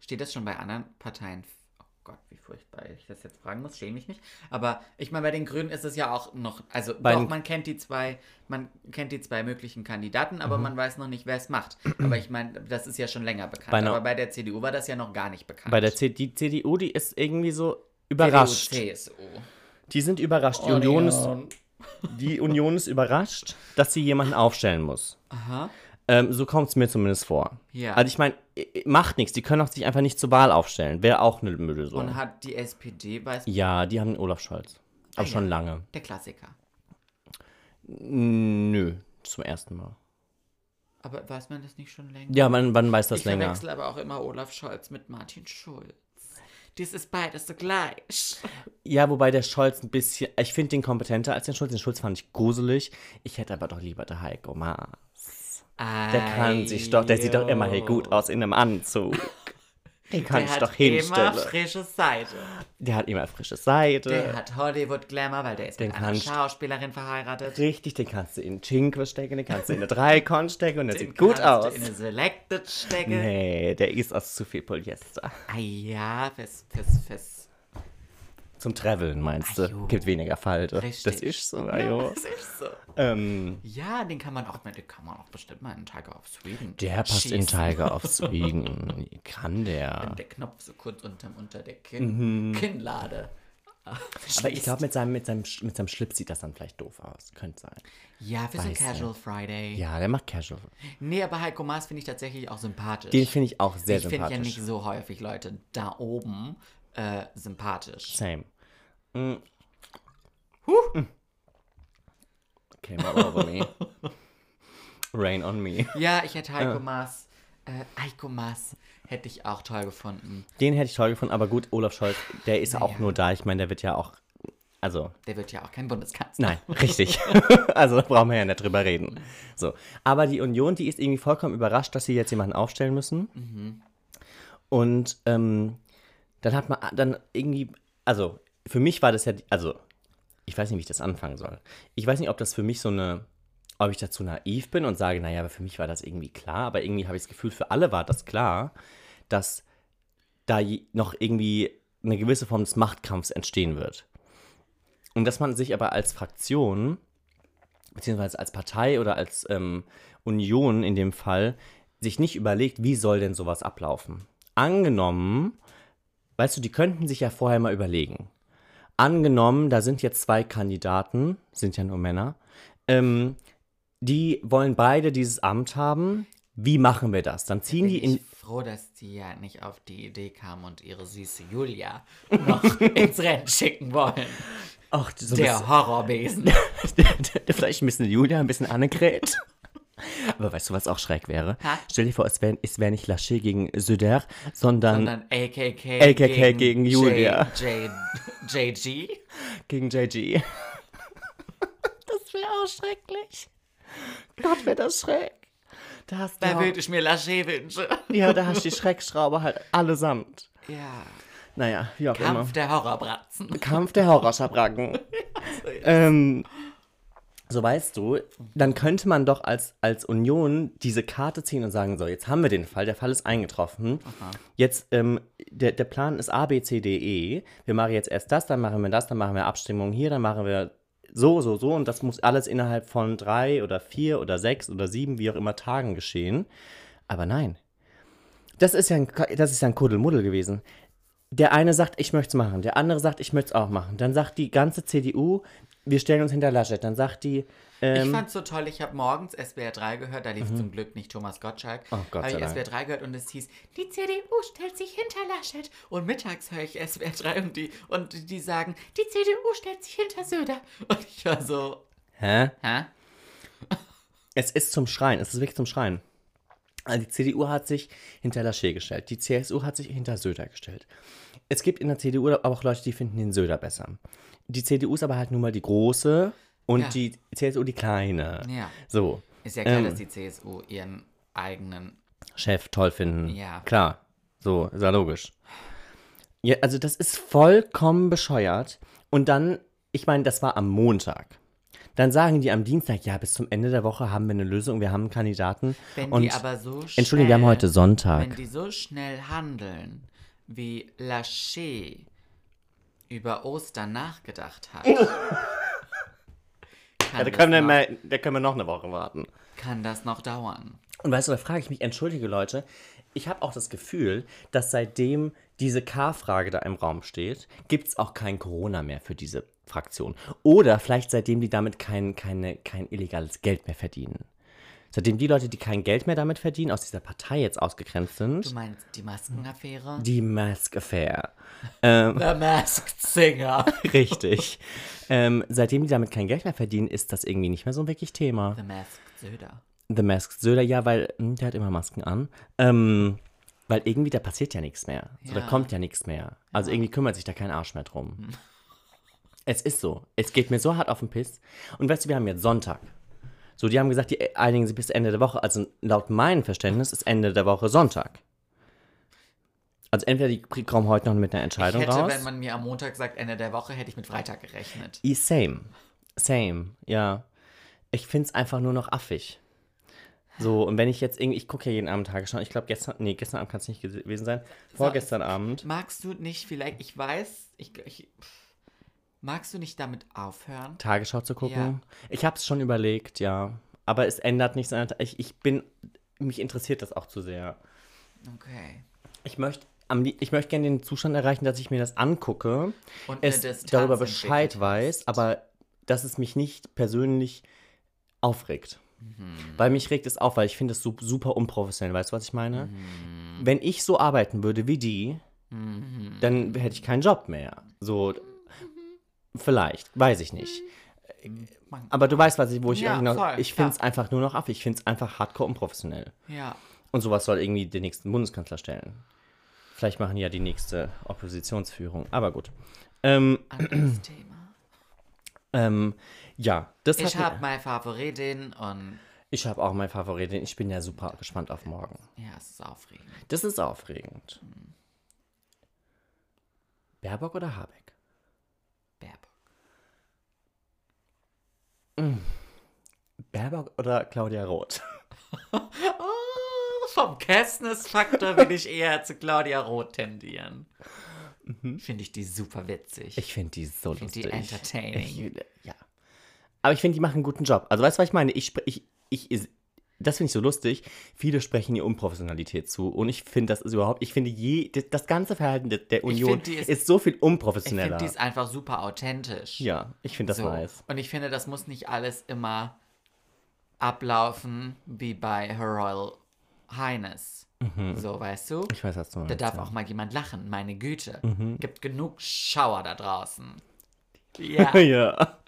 A: Steht das schon bei anderen Parteien? Oh Gott, wie furchtbar ich das jetzt fragen muss, schäme ich mich. Aber ich meine, bei den Grünen ist es ja auch noch. Also,
B: Bei
A: doch,
B: den-
A: man kennt die zwei, man kennt die zwei möglichen Kandidaten,
B: Mhm.
A: aber man weiß noch nicht, wer es macht. Aber ich meine, das ist ja schon länger bekannt.
B: Bei einer-
A: aber bei der CDU war das ja noch gar nicht bekannt.
B: Bei der C die CDU, die ist irgendwie so überrascht.
A: CDU, CSU.
B: Die sind überrascht. Die Union, ist, die Union ist überrascht, dass sie jemanden aufstellen muss.
A: Aha.
B: Ähm, so kommt es mir zumindest vor.
A: Ja.
B: Also ich meine, i- i- macht nichts. Die können auch sich einfach nicht zur Wahl aufstellen. Wäre auch eine Lösung.
A: Und hat die SPD, weiß
B: Ja, die haben den Olaf Scholz. Aber
A: Ah, ja.
B: schon lange.
A: der Klassiker.
B: Nö, zum ersten Mal.
A: Aber weiß man das nicht schon länger?
B: Ja, man, man weiß das
A: ich
B: länger.
A: verwechsel aber auch immer Olaf Scholz mit Martin Schulz. Dies ist beides so gleich.
B: Ja, wobei der Scholz ein bisschen, ich finde den kompetenter als den Schulz. Den Schulz fand ich gruselig. Ich hätte aber doch lieber der Heiko Maas. Der kann sich doch, der sieht doch immer hier gut aus in einem Anzug. Den kann
A: der
B: ich
A: hat
B: doch
A: immer
B: hinstellen.
A: frische Seite.
B: Der hat immer frische Seide.
A: Der hat Hollywood-Glamour, weil der ist
B: Äh. Den
A: mit einer
B: kannst-
A: Schauspielerin verheiratet.
B: Richtig, den kannst du in Cinque stecken, den kannst du in eine Dreikon stecken und der
A: Den
B: sieht gut
A: kannst du
B: aus.
A: In eine Selected Stecke.
B: Nee, der ist aus zu viel Polyester.
A: Ah ja, fest, fest, fest.
B: Zum Traveln meinst du?
A: Ajo.
B: Gibt weniger Falte.
A: Richtig.
B: Das ist so,
A: Ja,
B: ajo.
A: das ist so.
B: Oh. Ähm,
A: Ja, den kann man auch, den kann man auch bestimmt mal in Tiger of Sweden.
B: der passt in
A: schießen.
B: Tiger of Sweden. Kann der.
A: Der Knopf so kurz unterm unter der Kinn, Kinnlade.
B: Mhm. Aber ich glaube, mit seinem, mit, seinem, Sch- mit seinem Schlips sieht das dann vielleicht doof aus. Könnte sein.
A: Ja, für so einen
B: Weiß
A: Casual Friday.
B: Ja, der macht Casual.
A: Nee, aber Heiko Maas finde ich tatsächlich auch sympathisch.
B: Den finde ich auch sehr
A: ich finde
B: sympathisch.
A: ja nicht so häufig Leute da oben äh, sympathisch.
B: Same. Mm. Mm. Came all over me. Rain on me.
A: Ja, ich hätte Heiko Maas, äh, Heiko Maas hätte ich auch toll gefunden.
B: Den hätte ich toll gefunden, aber gut, Olaf Scholz, der ist auch nur da. Ich meine, der wird ja auch. Also,
A: Der wird ja auch kein Bundeskanzler.
B: nein, richtig. also, da brauchen wir ja nicht drüber reden. So. Aber die Union, die ist irgendwie vollkommen überrascht, dass sie jetzt jemanden aufstellen müssen. Und ähm, dann hat man dann irgendwie. Also, für mich war das ja. die- Also, ich weiß nicht, wie ich das anfangen soll. Ich weiß nicht, ob das für mich so eine. Ob ich dazu naiv bin und sage, naja, aber für mich war das irgendwie klar, aber irgendwie habe ich das Gefühl, für alle war das klar, dass da je- noch irgendwie eine gewisse Form des Machtkampfs entstehen wird. Und dass man sich aber als Fraktion, beziehungsweise als Partei oder als ähm, Union in dem Fall, sich nicht überlegt, wie soll denn sowas ablaufen. Angenommen, weißt du, die könnten sich ja vorher mal überlegen. Angenommen, da sind jetzt zwei Kandidaten, sind ja nur Männer, ähm, die wollen beide dieses Amt haben. Wie machen wir das? Dann ziehen
A: Bin
B: die in.
A: ich froh, dass die ja nicht auf die Idee kamen und ihre süße Julia noch ins Rennen schicken wollen.
B: Ach, so ein
A: Der Horrorbesen.
B: bisschen- vielleicht ein bisschen Julia, ein bisschen Annegret. Aber weißt du, was auch schräg wäre?
A: Ha?
B: Stell dir vor, es wäre es wär nicht Laschet gegen Söder, sondern,
A: Und dann AKK,
B: AKK gegen Julia.
A: J, J, JG.
B: gegen JG. Das wäre auch schrecklich. Gott, wäre das schräg. Da hast du
A: Da
B: auch-
A: würde ich mir Laché wünschen.
B: Ja, da hast du die Schreckschraube halt allesamt.
A: Ja.
B: Naja, wie auch
A: Kampf der Horrorbratzen.
B: immer. Kampf der Horrorschabracken. ähm, so weißt du, dann könnte man doch als, als Union diese Karte ziehen und sagen, so, jetzt haben wir den Fall, der Fall ist eingetroffen. Jetzt, ähm, der, der Plan ist A, B, C, D, E. Wir machen jetzt erst das, dann machen wir das, dann machen wir Abstimmung hier, dann machen wir so, so, so. Und das muss alles innerhalb von drei oder vier oder sechs oder sieben, wie auch immer, Tagen geschehen. Aber nein. Das ist ja ein, Ka- das ist ja ein Kuddelmuddel gewesen. Der eine sagt, ich möchte es machen. Der andere sagt, ich möchte es auch machen. Dann sagt die ganze CDU, wir stellen uns hinter Laschet. Dann sagt die,
A: ich
B: ähm, Mhm.
A: fand's so toll, ich habe morgens SBR 3 gehört, da lief zum Glück nicht Thomas Gottschalk.
B: Oh, Gott
A: Habe
B: sei
A: ich
B: Dank.
A: SBR 3 gehört und es hieß, die CDU stellt sich hinter Laschet. Und mittags höre ich SBR 3 und die, und die sagen, die CDU stellt sich hinter Söder. Und ich war so,
B: hä?
A: hä?
B: Es ist zum Schreien, es ist wirklich zum Schreien. Also die CDU hat sich hinter Laschet gestellt, die CSU hat sich hinter Söder gestellt. Es gibt in der CDU aber auch Leute, die finden den Söder besser. Die CDU ist aber halt nun mal die große und
A: Ja.
B: die CSU die kleine.
A: Ja.
B: So,
A: Ist ja klar,
B: Ähm.
A: dass die CSU ihren eigenen,
B: Chef toll finden.
A: Ja.
B: Klar, so, ist ja logisch. Ja, also das ist vollkommen bescheuert. Und dann, ich meine, das war am Montag. Dann sagen die am Dienstag, ja, bis zum Ende der Woche haben wir eine Lösung, wir haben einen Kandidaten.
A: wenn
B: und
A: die aber so schnell,
B: Entschuldigung, wir haben heute Sonntag.
A: Wenn die so schnell handeln, wie Lachey über Ostern nachgedacht hat, kann, das noch,
B: da können wir noch eine Woche warten.
A: kann das noch dauern.
B: Und weißt du, da frage ich mich, entschuldige Leute, ich habe auch das Gefühl, dass seitdem diese K-Frage da im Raum steht, gibt es auch kein Corona mehr für diese Fraktion. Oder vielleicht seitdem die damit kein, keine, kein illegales Geld mehr verdienen. Seitdem die Leute, die kein Geld mehr damit verdienen, aus dieser Partei jetzt ausgegrenzt
A: Du
B: sind.
A: meinst die Maskenaffäre?
B: Die Mask Affair.
A: The Masked Singer.
B: Richtig. ähm, seitdem die damit kein Geld mehr verdienen, ist das irgendwie nicht mehr so wirklich Thema.
A: The Masked Söder.
B: The Masked Söder, ja, weil hm, der hat immer Masken an. Ähm, weil irgendwie da passiert ja nichts mehr. So, Da
A: Ja. Hm.
B: kommt ja nichts mehr. Also irgendwie kümmert sich da kein Arsch mehr drum. es ist so. Es geht mir so hart auf den Piss. Und weißt du, wir haben jetzt Sonntag. So, die haben gesagt, die einigen sich bis Ende der Woche. Also laut meinem Verständnis ist Ende der Woche Sonntag. Also entweder die kommen heute noch mit einer
A: Ich
B: Entscheidung
A: hätte,
B: raus.
A: wenn man mir am Montag sagt, Ende der Woche, hätte ich mit Freitag gerechnet.
B: I- Same. Same, ja. Ich find's einfach nur noch affig. So, und wenn ich jetzt irgendwie, ich gucke ja jeden Abend Tagesschau, ich glaube gestern, nee, gestern Abend kann es nicht gese- gewesen sein, vorgestern Abend.
A: Magst du nicht vielleicht, ich weiß, ich, ich pff, magst du nicht damit aufhören?
B: Tagesschau zu gucken.
A: Ja.
B: Ich habe es schon überlegt, ja. Aber es ändert nichts. an der Ta- Ich, ich bin, mich interessiert das auch zu sehr.
A: Okay.
B: Ich möchte am lie- ich möchte gerne den Zustand erreichen, dass ich mir das angucke,
A: Und eine
B: es
A: Distanz
B: darüber Bescheid
A: entwickelt
B: weiß,
A: hast.
B: aber dass es mich nicht persönlich aufregt.
A: Mhm.
B: Weil mich regt es auf, weil ich finde es su- super unprofessionell. Weißt du, was ich meine?
A: Mhm.
B: Wenn ich so arbeiten würde wie die, dann hätte ich keinen Job mehr. So,
A: Mhm.
B: vielleicht, weiß ich nicht.
A: Man-
B: Aber du weißt, was ich, wo ich
A: Mhm. Ja,
B: eigentlich noch,
A: voll,
B: ich finde es
A: klar.
B: einfach nur noch affig. Ich finde es einfach hardcore unprofessionell.
A: Ja.
B: Und sowas soll irgendwie den nächsten Bundeskanzler stellen. Vielleicht machen die ja die nächste Oppositionsführung. Aber gut. Ähm,
A: anderes Thema.
B: ähm, ja, das
A: Ich
B: hat
A: habe meine Favoritin und
B: ich habe auch mein Favoritin. Ich bin ja super gespannt auf morgen.
A: ja, es ist aufregend.
B: Das ist aufregend. Hm. Baerbock oder Habeck?
A: Baerbock.
B: Baerbock oder Claudia Roth?
A: Oh, vom Kästnis-Faktor will ich eher zu Claudia Roth tendieren. Finde ich die super witzig.
B: Ich finde die so
A: find die
B: lustig.
A: entertaining.
B: Ich, ja. Aber ich finde, die machen einen guten Job. Also weißt du, was ich meine? Ich, spr- ich, ich, das finde ich so lustig. Viele sprechen ihr Unprofessionalität zu. Und ich finde, das ist überhaupt, ich finde je, das- das ganze Verhalten der, der Union
A: find, die
B: ist,
A: ist-
B: so viel
A: Ich finde,
B: unprofessioneller.
A: die ist einfach super authentisch.
B: ja, ich finde das
A: So.
B: nice.
A: Und ich finde, das muss nicht alles immer ablaufen wie bei Her Royal Highness. So, weißt du?
B: Ich weiß, was du
A: Da
B: meinst.
A: darf auch mal jemand lachen, meine Güte. Gibt genug Schauer da draußen. Ja,
B: ja.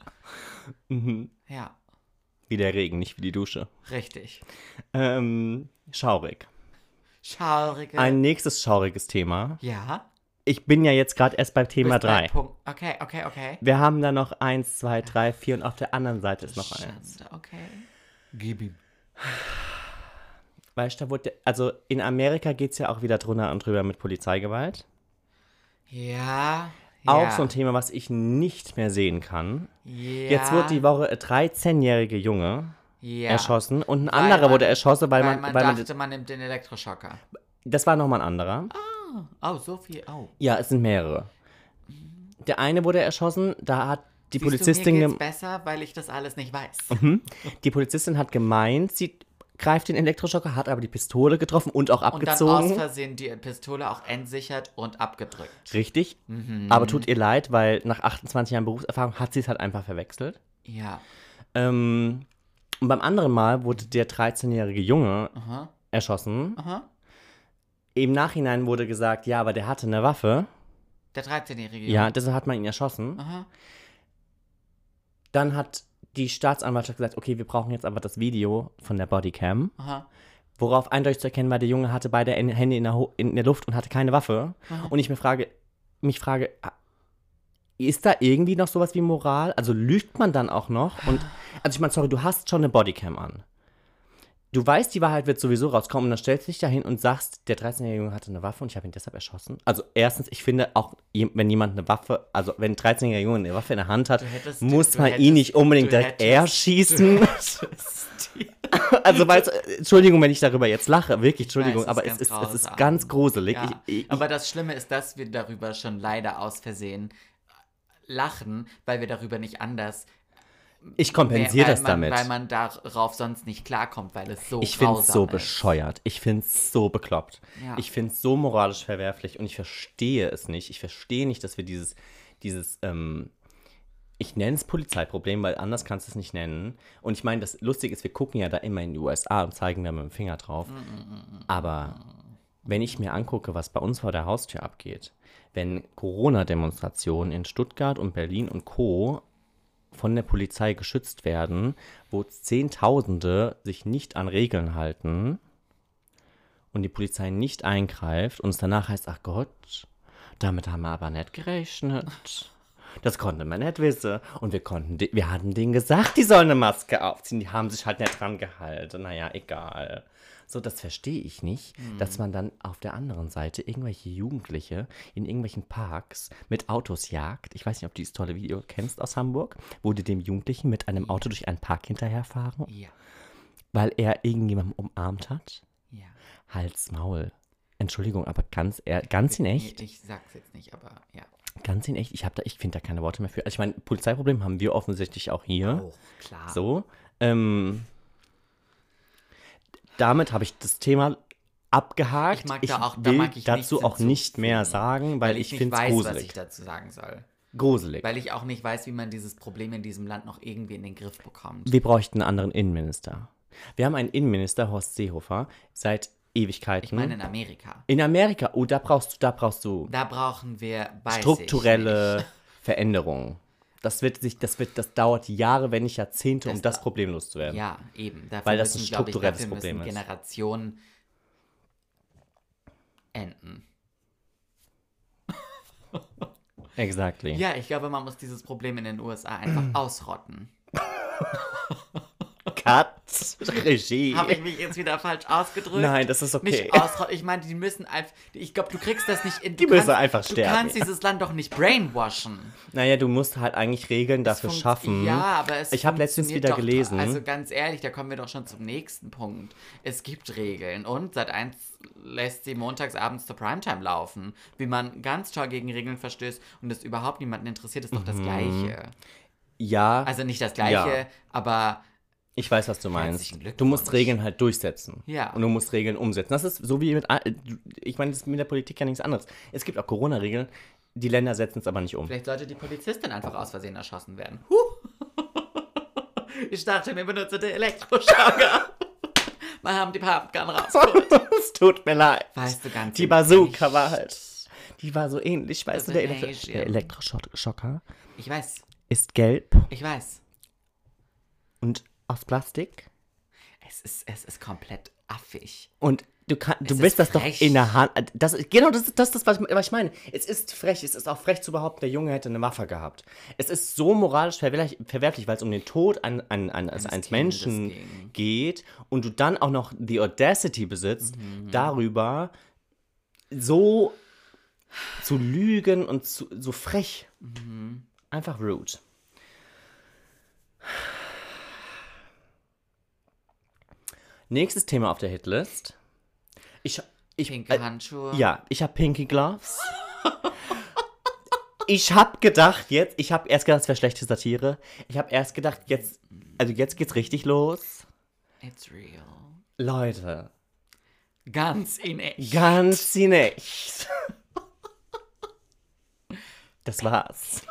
A: ja,
B: Wie der Regen, nicht wie die Dusche.
A: richtig.
B: Ähm, schaurig.
A: Schaurige.
B: Ein nächstes schauriges Thema.
A: ja.
B: Ich bin ja jetzt gerade erst beim Thema
A: Bis bei
B: 3.
A: Punkt. Okay, okay, okay.
B: Wir haben da noch eins, zwei, drei, vier und auf der anderen Seite ist noch
A: Schande,
B: eins.
A: Okay. Gib ihm.
B: Weißt du, da wurde, also in Amerika geht es ja auch wieder drunter und drüber mit Polizeigewalt.
A: Ja.
B: Auch
A: ja,
B: so ein Thema, was ich nicht mehr sehen kann.
A: ja,
B: Jetzt wurde die Woche ein 13-jährige Junge
A: ja.
B: erschossen und ein anderer
A: man-
B: wurde erschossen, weil,
A: Weil
B: man,
A: man
B: weil
A: dachte,
B: man.
A: man nimmt den Elektroschocker.
B: Das war nochmal ein anderer.
A: Oh, so viel. Oh.
B: Ja, es sind mehrere. Der eine wurde erschossen, da hat die
A: Siehst
B: Polizistin.
A: Du, mir
B: gem-
A: geht's besser, weil ich das alles nicht weiß.
B: Die Polizistin hat gemeint, sie greift den Elektroschocker, hat aber die Pistole getroffen und auch
A: Und dann aus
B: abgezogen.
A: Versehen die Pistole auch entsichert und abgedrückt.
B: Richtig.
A: Mhm.
B: Aber tut ihr leid, weil nach 28 Jahren Berufserfahrung hat sie es halt einfach verwechselt.
A: Ja.
B: Ähm, und beim anderen Mal wurde der 13-jährige Junge
A: Aha.
B: erschossen.
A: Aha.
B: Im Nachhinein wurde gesagt, ja, aber der hatte eine Waffe.
A: Der 13-Jährige.
B: Ja, deshalb hat man ihn erschossen.
A: Aha.
B: Dann hat die Staatsanwaltschaft gesagt, okay, wir brauchen jetzt aber das Video von der Bodycam.
A: Aha.
B: Worauf eindeutig zu erkennen war, der Junge hatte beide En- Hände in der, Ho in der Luft und hatte keine Waffe.
A: Aha.
B: Und ich mir frage, mich frage, ah, ist da irgendwie noch sowas wie Moral? Also lügt man dann auch noch? Und also ich meine, sorry, du hast schon eine Bodycam an. Du weißt, die Wahrheit wird sowieso rauskommen und dann stellst du dich dahin und sagst, der 13-jährige Junge hatte eine Waffe und ich habe ihn deshalb erschossen. Also erstens, ich finde auch, je- wenn jemand eine Waffe, also wenn ein 13-jähriger Junge eine Waffe in der Hand hat,
A: Du hättest-
B: muss
A: du
B: man ihn
A: hättest-
B: nicht unbedingt
A: du
B: direkt
A: hättest-
B: erschießen. Also, weil, Entschuldigung, wenn ich darüber jetzt lache, wirklich, Entschuldigung,
A: es ist
B: aber es
A: ganz
B: ist, es ist
A: grausam.
B: ganz gruselig.
A: Ja.
B: Ich, ich,
A: Aber das Schlimme ist, dass wir darüber schon leider aus Versehen äh, lachen, weil wir darüber nicht anders.
B: ich kompensiere
A: weil
B: das
A: man,
B: damit.
A: Weil man darauf sonst nicht klarkommt, weil es so
B: ich finde es
A: grausam
B: so
A: ist.
B: bescheuert. Ich finde es so bekloppt.
A: Ja.
B: Ich finde es so moralisch verwerflich und ich verstehe es nicht. Ich verstehe nicht, dass wir dieses, dieses, ähm, ich nenne es Polizeiproblem, weil anders kannst du es nicht nennen. Und ich meine, das Lustige ist, wir gucken ja da immer in die USA und zeigen da mit dem Finger drauf. Aber wenn ich mir angucke, was bei uns vor der Haustür abgeht, wenn Corona-Demonstrationen in Stuttgart und Berlin und Co. von der Polizei geschützt werden, wo Zehntausende sich nicht an Regeln halten und die Polizei nicht eingreift und es danach heißt, ach Gott, damit haben wir aber nicht gerechnet. Das konnte man nicht wissen. Und wir konnten, de- wir hatten denen gesagt, die sollen eine Maske aufziehen. Die haben sich halt nicht dran gehalten. Naja, egal. So, das verstehe ich nicht, dass man dann auf der anderen Seite irgendwelche Jugendliche in irgendwelchen Parks mit Autos jagt. Ich weiß nicht, ob du dieses tolle Video kennst aus Hamburg, wo die dem Jugendlichen mit einem Auto durch einen Park hinterherfahren,
A: Ja.
B: weil er irgendjemanden umarmt hat.
A: Ja.
B: Halt's Maul. Entschuldigung, aber ganz, ehr- ganz in echt,
A: Ich, ich sag's jetzt nicht, aber ja.
B: ganz in echt, ich habe da, ich finde da keine Worte mehr für. Also ich meine, Polizeiproblem haben wir offensichtlich auch hier.
A: Oh, klar.
B: Hm? So. Ähm, damit habe ich das Thema abgehakt.
A: Ich mag da auch- da
B: will
A: mag ich
B: dazu
A: nichts
B: auch nicht mehr
A: hinzufügen,
B: sagen, weil, ich,
A: nicht
B: finde es
A: weiß, was
B: gruselig.
A: ich dazu sagen soll.
B: gruselig.
A: Weil ich auch nicht weiß, wie man dieses Problem in diesem Land noch irgendwie in den Griff bekommt.
B: Wir bräuchten einen anderen Innenminister. Wir haben einen Innenminister, Horst Seehofer, seit Ewigkeiten.
A: Ich meine in Amerika.
B: in Amerika, oh, da brauchst du, da brauchst du
A: Da brauchen wir weiß ich
B: strukturelle Veränderungen. Das wird sich, das wird, das dauert Jahre, wenn nicht Jahrzehnte, um
A: Das-
B: das Problem loszuwerden.
A: nicht. Ja, eben. Dafür
B: Weil das ein
A: müssen, glaub
B: strukturelles
A: ich, dafür müssen
B: Problem ist.
A: Generationen enden.
B: Exactly.
A: Ja, ich glaube, man muss dieses Problem in den USA einfach ausrotten.
B: Cut. Regie.
A: Habe ich mich jetzt wieder falsch ausgedrückt?
B: Nein, das ist okay.
A: Nicht ausrotten. Ich meine, die müssen einfach. Ich glaube, du kriegst das nicht in.
B: Die
A: du
B: müssen
A: kannst-
B: einfach sterben.
A: Du kannst dieses Land doch nicht brainwashen.
B: Naja, du musst halt eigentlich Regeln dafür
A: Funkt-
B: schaffen.
A: Ja, aber es
B: Ich habe letztens
A: funktioniert
B: wieder
A: doch,
B: gelesen.
A: Also ganz ehrlich, da kommen wir doch schon zum nächsten Punkt. Es gibt Regeln und seit eins lässt sie montags abends zur Primetime laufen. Wie man ganz toll gegen Regeln verstößt und es überhaupt niemanden interessiert, ist doch Also das Gleiche.
B: Mhm. ja,
A: Also nicht das Gleiche,
B: Ja.
A: aber
B: Ich weiß, was du meinst.
A: Herzlichen Glückwunsch.
B: Du musst Regeln halt durchsetzen.
A: Ja.
B: Und du musst Regeln umsetzen. Das ist so wie mit, all- ich meine, das ist mit der Politik ja nichts anderes. Es gibt auch Corona-Regeln, die Länder setzen es aber nicht um.
A: Vielleicht sollte die Polizistin einfach aus Versehen erschossen werden. Huh. Ich dachte, mir benutze den Elektroschlager. Wir haben die Pappgun raus.
B: es tut mir leid.
A: Weißt du ganz
B: Die
A: genau
B: Bazooka
A: nicht.
B: war halt. Die war so ähnlich, weißt
A: Also
B: du, der,
A: in
B: Elektro
A: Asia.
B: der Elektroschocker
A: Ich weiß,
B: ist gelb
A: ich weiß.
B: und aus Plastik.
A: Es ist, es ist komplett affig.
B: Und du, kann, du
A: ist
B: willst das
A: frech.
B: doch in der Hand. Das, genau, das ist das, ist das was, ich, was ich meine. Es ist frech. Es ist auch frech zu behaupten, der Junge hätte eine Waffe gehabt. Es ist so moralisch verwerflich, verwerflich weil es um den Tod an, an, an, eines, eines
A: Kindes
B: Menschen
A: ging.
B: geht und du dann auch noch die Audacity besitzt, darüber so zu lügen und zu, so frech. Einfach rude. Nächstes Thema auf der Hitlist. Ich, ich, äh,
A: Pinke Handschuhe.
B: ja, ich habe Pinky Gloves. ich habe gedacht jetzt, ich habe erst gedacht, es wäre schlechte Satire. Ich habe erst gedacht, jetzt, also jetzt geht's richtig los.
A: It's real.
B: Leute,
A: Ganz in echt.
B: ganz sie nicht. Das war's.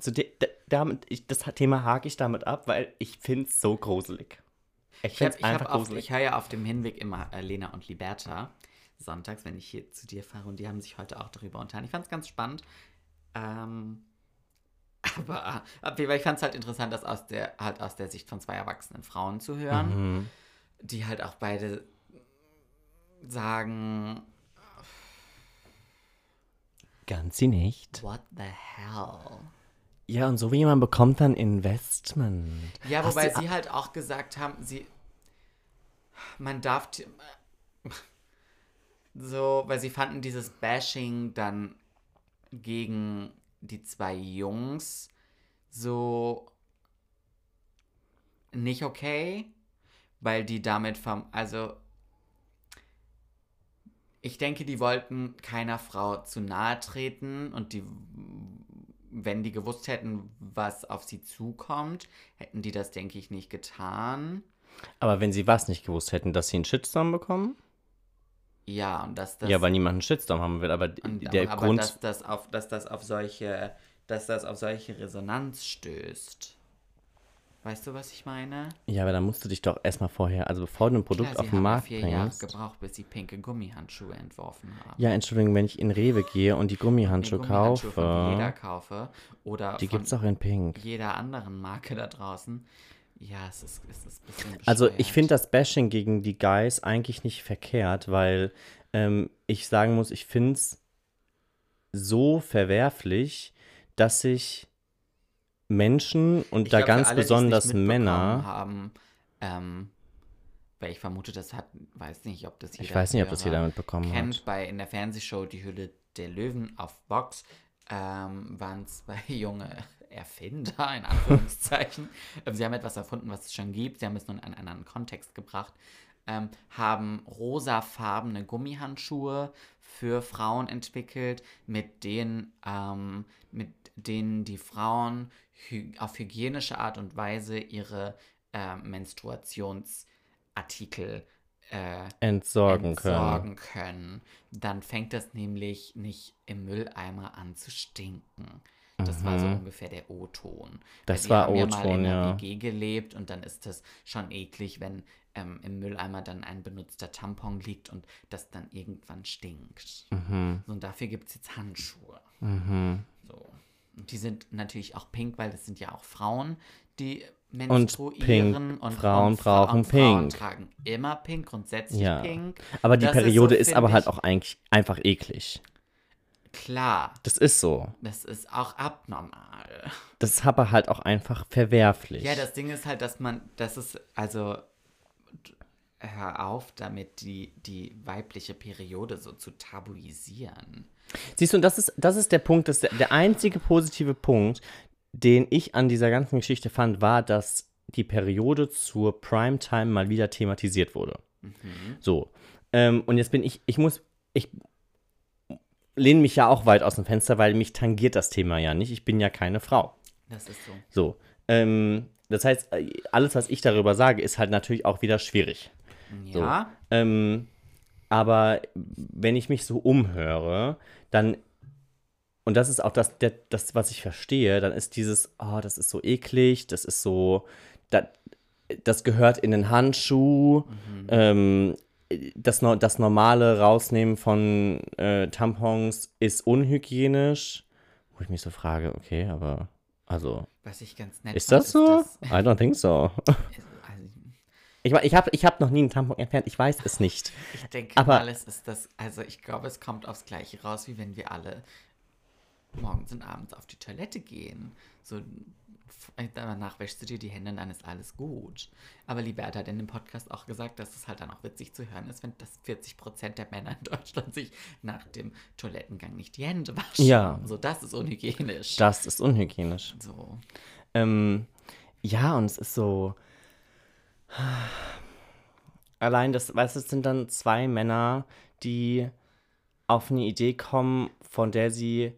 B: Zu de, da- damit, ich, das Thema hake ich damit ab, weil ich find's so gruselig.
A: Ich,
B: Ich
A: hab-
B: find's
A: ich, hab
B: einfach
A: auf,
B: gruselig.
A: ich höre ja auf dem Hinweg immer äh, Lena und Liberta sonntags, wenn ich hier zu dir fahre. Und die haben sich heute auch darüber unterhalten. Ich fand es ganz spannend. Ähm, aber, aber ich fand es halt interessant, das aus der, halt aus der Sicht von zwei erwachsenen Frauen zu hören,
B: Mhm.
A: die halt auch beide sagen,
B: Ganz sie nicht.
A: what the hell?
B: Ja, und so wie man bekommt dann Investment.
A: Ja,
B: Hast
A: wobei
B: du-
A: sie halt auch gesagt haben, sie. Man darf. t- So, weil sie fanden dieses Bashing dann gegen die zwei Jungs so nicht okay, weil die damit vom. Also. Ich denke, die wollten keiner Frau zu nahe treten und die wenn die gewusst hätten, was auf sie zukommt, hätten die das, denke ich, nicht getan.
B: Aber wenn sie was nicht gewusst hätten, dass sie einen Shitstorm bekommen?
A: Ja, und dass das
B: ja, weil niemand einen Shitstorm haben will, aber
A: und,
B: der
A: aber
B: Grund.
A: dass das auf dass das auf solche dass das auf solche Resonanz stößt. Weißt du, was ich meine?
B: ja, aber dann musst du dich doch erstmal vorher, also bevor du ein Produkt
A: Klar,
B: auf
A: sie
B: den
A: haben ja
B: Markt
A: vier Jahre
B: bringst.
A: gebraucht, bis sie pinke Gummihandschuhe entworfen haben.
B: Ja, Entschuldigung, wenn ich in Rewe gehe und die
A: Die
B: Gummihandschuhe
A: Gummihandschuhe von jeder
B: kaufe,
A: kaufe oder
B: die
A: von
B: gibt's auch in Pink.
A: jeder anderen Marke da draußen. Ja, es ist, es ist ein bisschen
B: Also ich
A: bescheuert.
B: finde das Bashing gegen die Guys eigentlich nicht verkehrt, weil ähm, ich sagen muss, ich finde es so verwerflich, dass sich Menschen
A: Ich
B: und da
A: glaub,
B: ganz
A: für alle, die's
B: besonders
A: nicht mitbekommen
B: Männer.
A: Haben, ähm, weil ich vermute, das hat, weiß nicht, ob das jeder
B: Ich weiß nicht, ob das
A: Hörer
B: jeder mitbekommen
A: kennt.
B: hat.
A: Bei in der Fernsehshow Die Hülle der Löwen auf Vox ähm, waren zwei junge Erfinder, in Anführungszeichen. Ähm, Sie haben etwas erfunden, was es schon gibt. Sie haben es nun in einen anderen Kontext gebracht. Ähm, haben rosafarbene Gummihandschuhe für Frauen entwickelt, mit denen, ähm, mit denen die Frauen hy auf hygienische Art und Weise ihre ähm, Menstruationsartikel äh,
B: Entsorgen, können.
A: entsorgen können. Dann fängt das nämlich nicht im Mülleimer an zu stinken. Das war so ungefähr der O-Ton.
B: Mhm. Das
A: Weil
B: war
A: wir haben ja. Mal
B: O-Ton,
A: in
B: ja.
A: der WG gelebt und dann ist das schon eklig, wenn ähm, im Mülleimer dann ein benutzter Tampon liegt und das dann irgendwann stinkt.
B: Mhm.
A: So, und dafür gibt es jetzt Handschuhe. So. Und die sind natürlich auch pink, weil das sind ja auch Frauen, die menstruieren.
B: pink. Frauen brauchen
A: Frauen
B: pink.
A: tragen immer pink, grundsätzlich
B: Ja.
A: pink.
B: Aber die
A: Das
B: Periode
A: so,
B: ist, aber
A: find
B: halt
A: ich,
B: auch eigentlich einfach eklig.
A: Klar,
B: Das ist so.
A: das ist auch abnormal.
B: Das ist aber halt auch einfach verwerflich.
A: Ja, das Ding ist halt, dass man, das ist, also d- hör auf damit, die, die weibliche Periode so zu tabuisieren.
B: Siehst du, und das ist, das ist der Punkt, das ist der, der einzige positive Punkt, den ich an dieser ganzen Geschichte fand, war, dass die Periode zur Primetime mal wieder thematisiert wurde. So. Ähm, und jetzt bin ich, ich muss, ich lehne mich ja auch weit aus dem Fenster, weil mich tangiert das Thema ja nicht. Ich bin ja keine Frau.
A: Das ist so.
B: So. Ähm, Das heißt, äh, alles, was ich darüber sage, ist halt natürlich auch wieder schwierig. So.
A: Ja.
B: Ähm, aber wenn ich mich so umhöre, dann, und das ist auch das, der, das was ich verstehe, dann ist dieses, oh, das ist so eklig, das ist so, das, das gehört in den Handschuh, ähm, das, no- das normale Rausnehmen von äh, Tampons ist unhygienisch. Wo ich mich so frage, okay, aber, also,
A: Was ich ganz nett
B: ist
A: fand,
B: das so?
A: dass-
B: I don't think so.
A: also,
B: Ich, mein, ich habe ich hab noch nie einen Tampon entfernt, ich weiß es nicht.
A: ich denke,
B: Aber-
A: alles ist das. Also, ich glaube, es kommt aufs Gleiche raus, wie wenn wir alle morgens und abends auf die Toilette gehen. So, f- danach wäschst du dir die Hände und dann ist alles gut. Aber Liberta hat in dem Podcast auch gesagt, dass es halt dann auch witzig zu hören ist, wenn das 40% der Männer in Deutschland sich nach dem Toilettengang nicht die Hände waschen.
B: Ja.
A: So, das ist unhygienisch.
B: Das ist unhygienisch.
A: so.
B: Ähm, ja, und es ist so. Allein das, weißt du, es sind dann zwei Männer, die auf eine Idee kommen, von der sie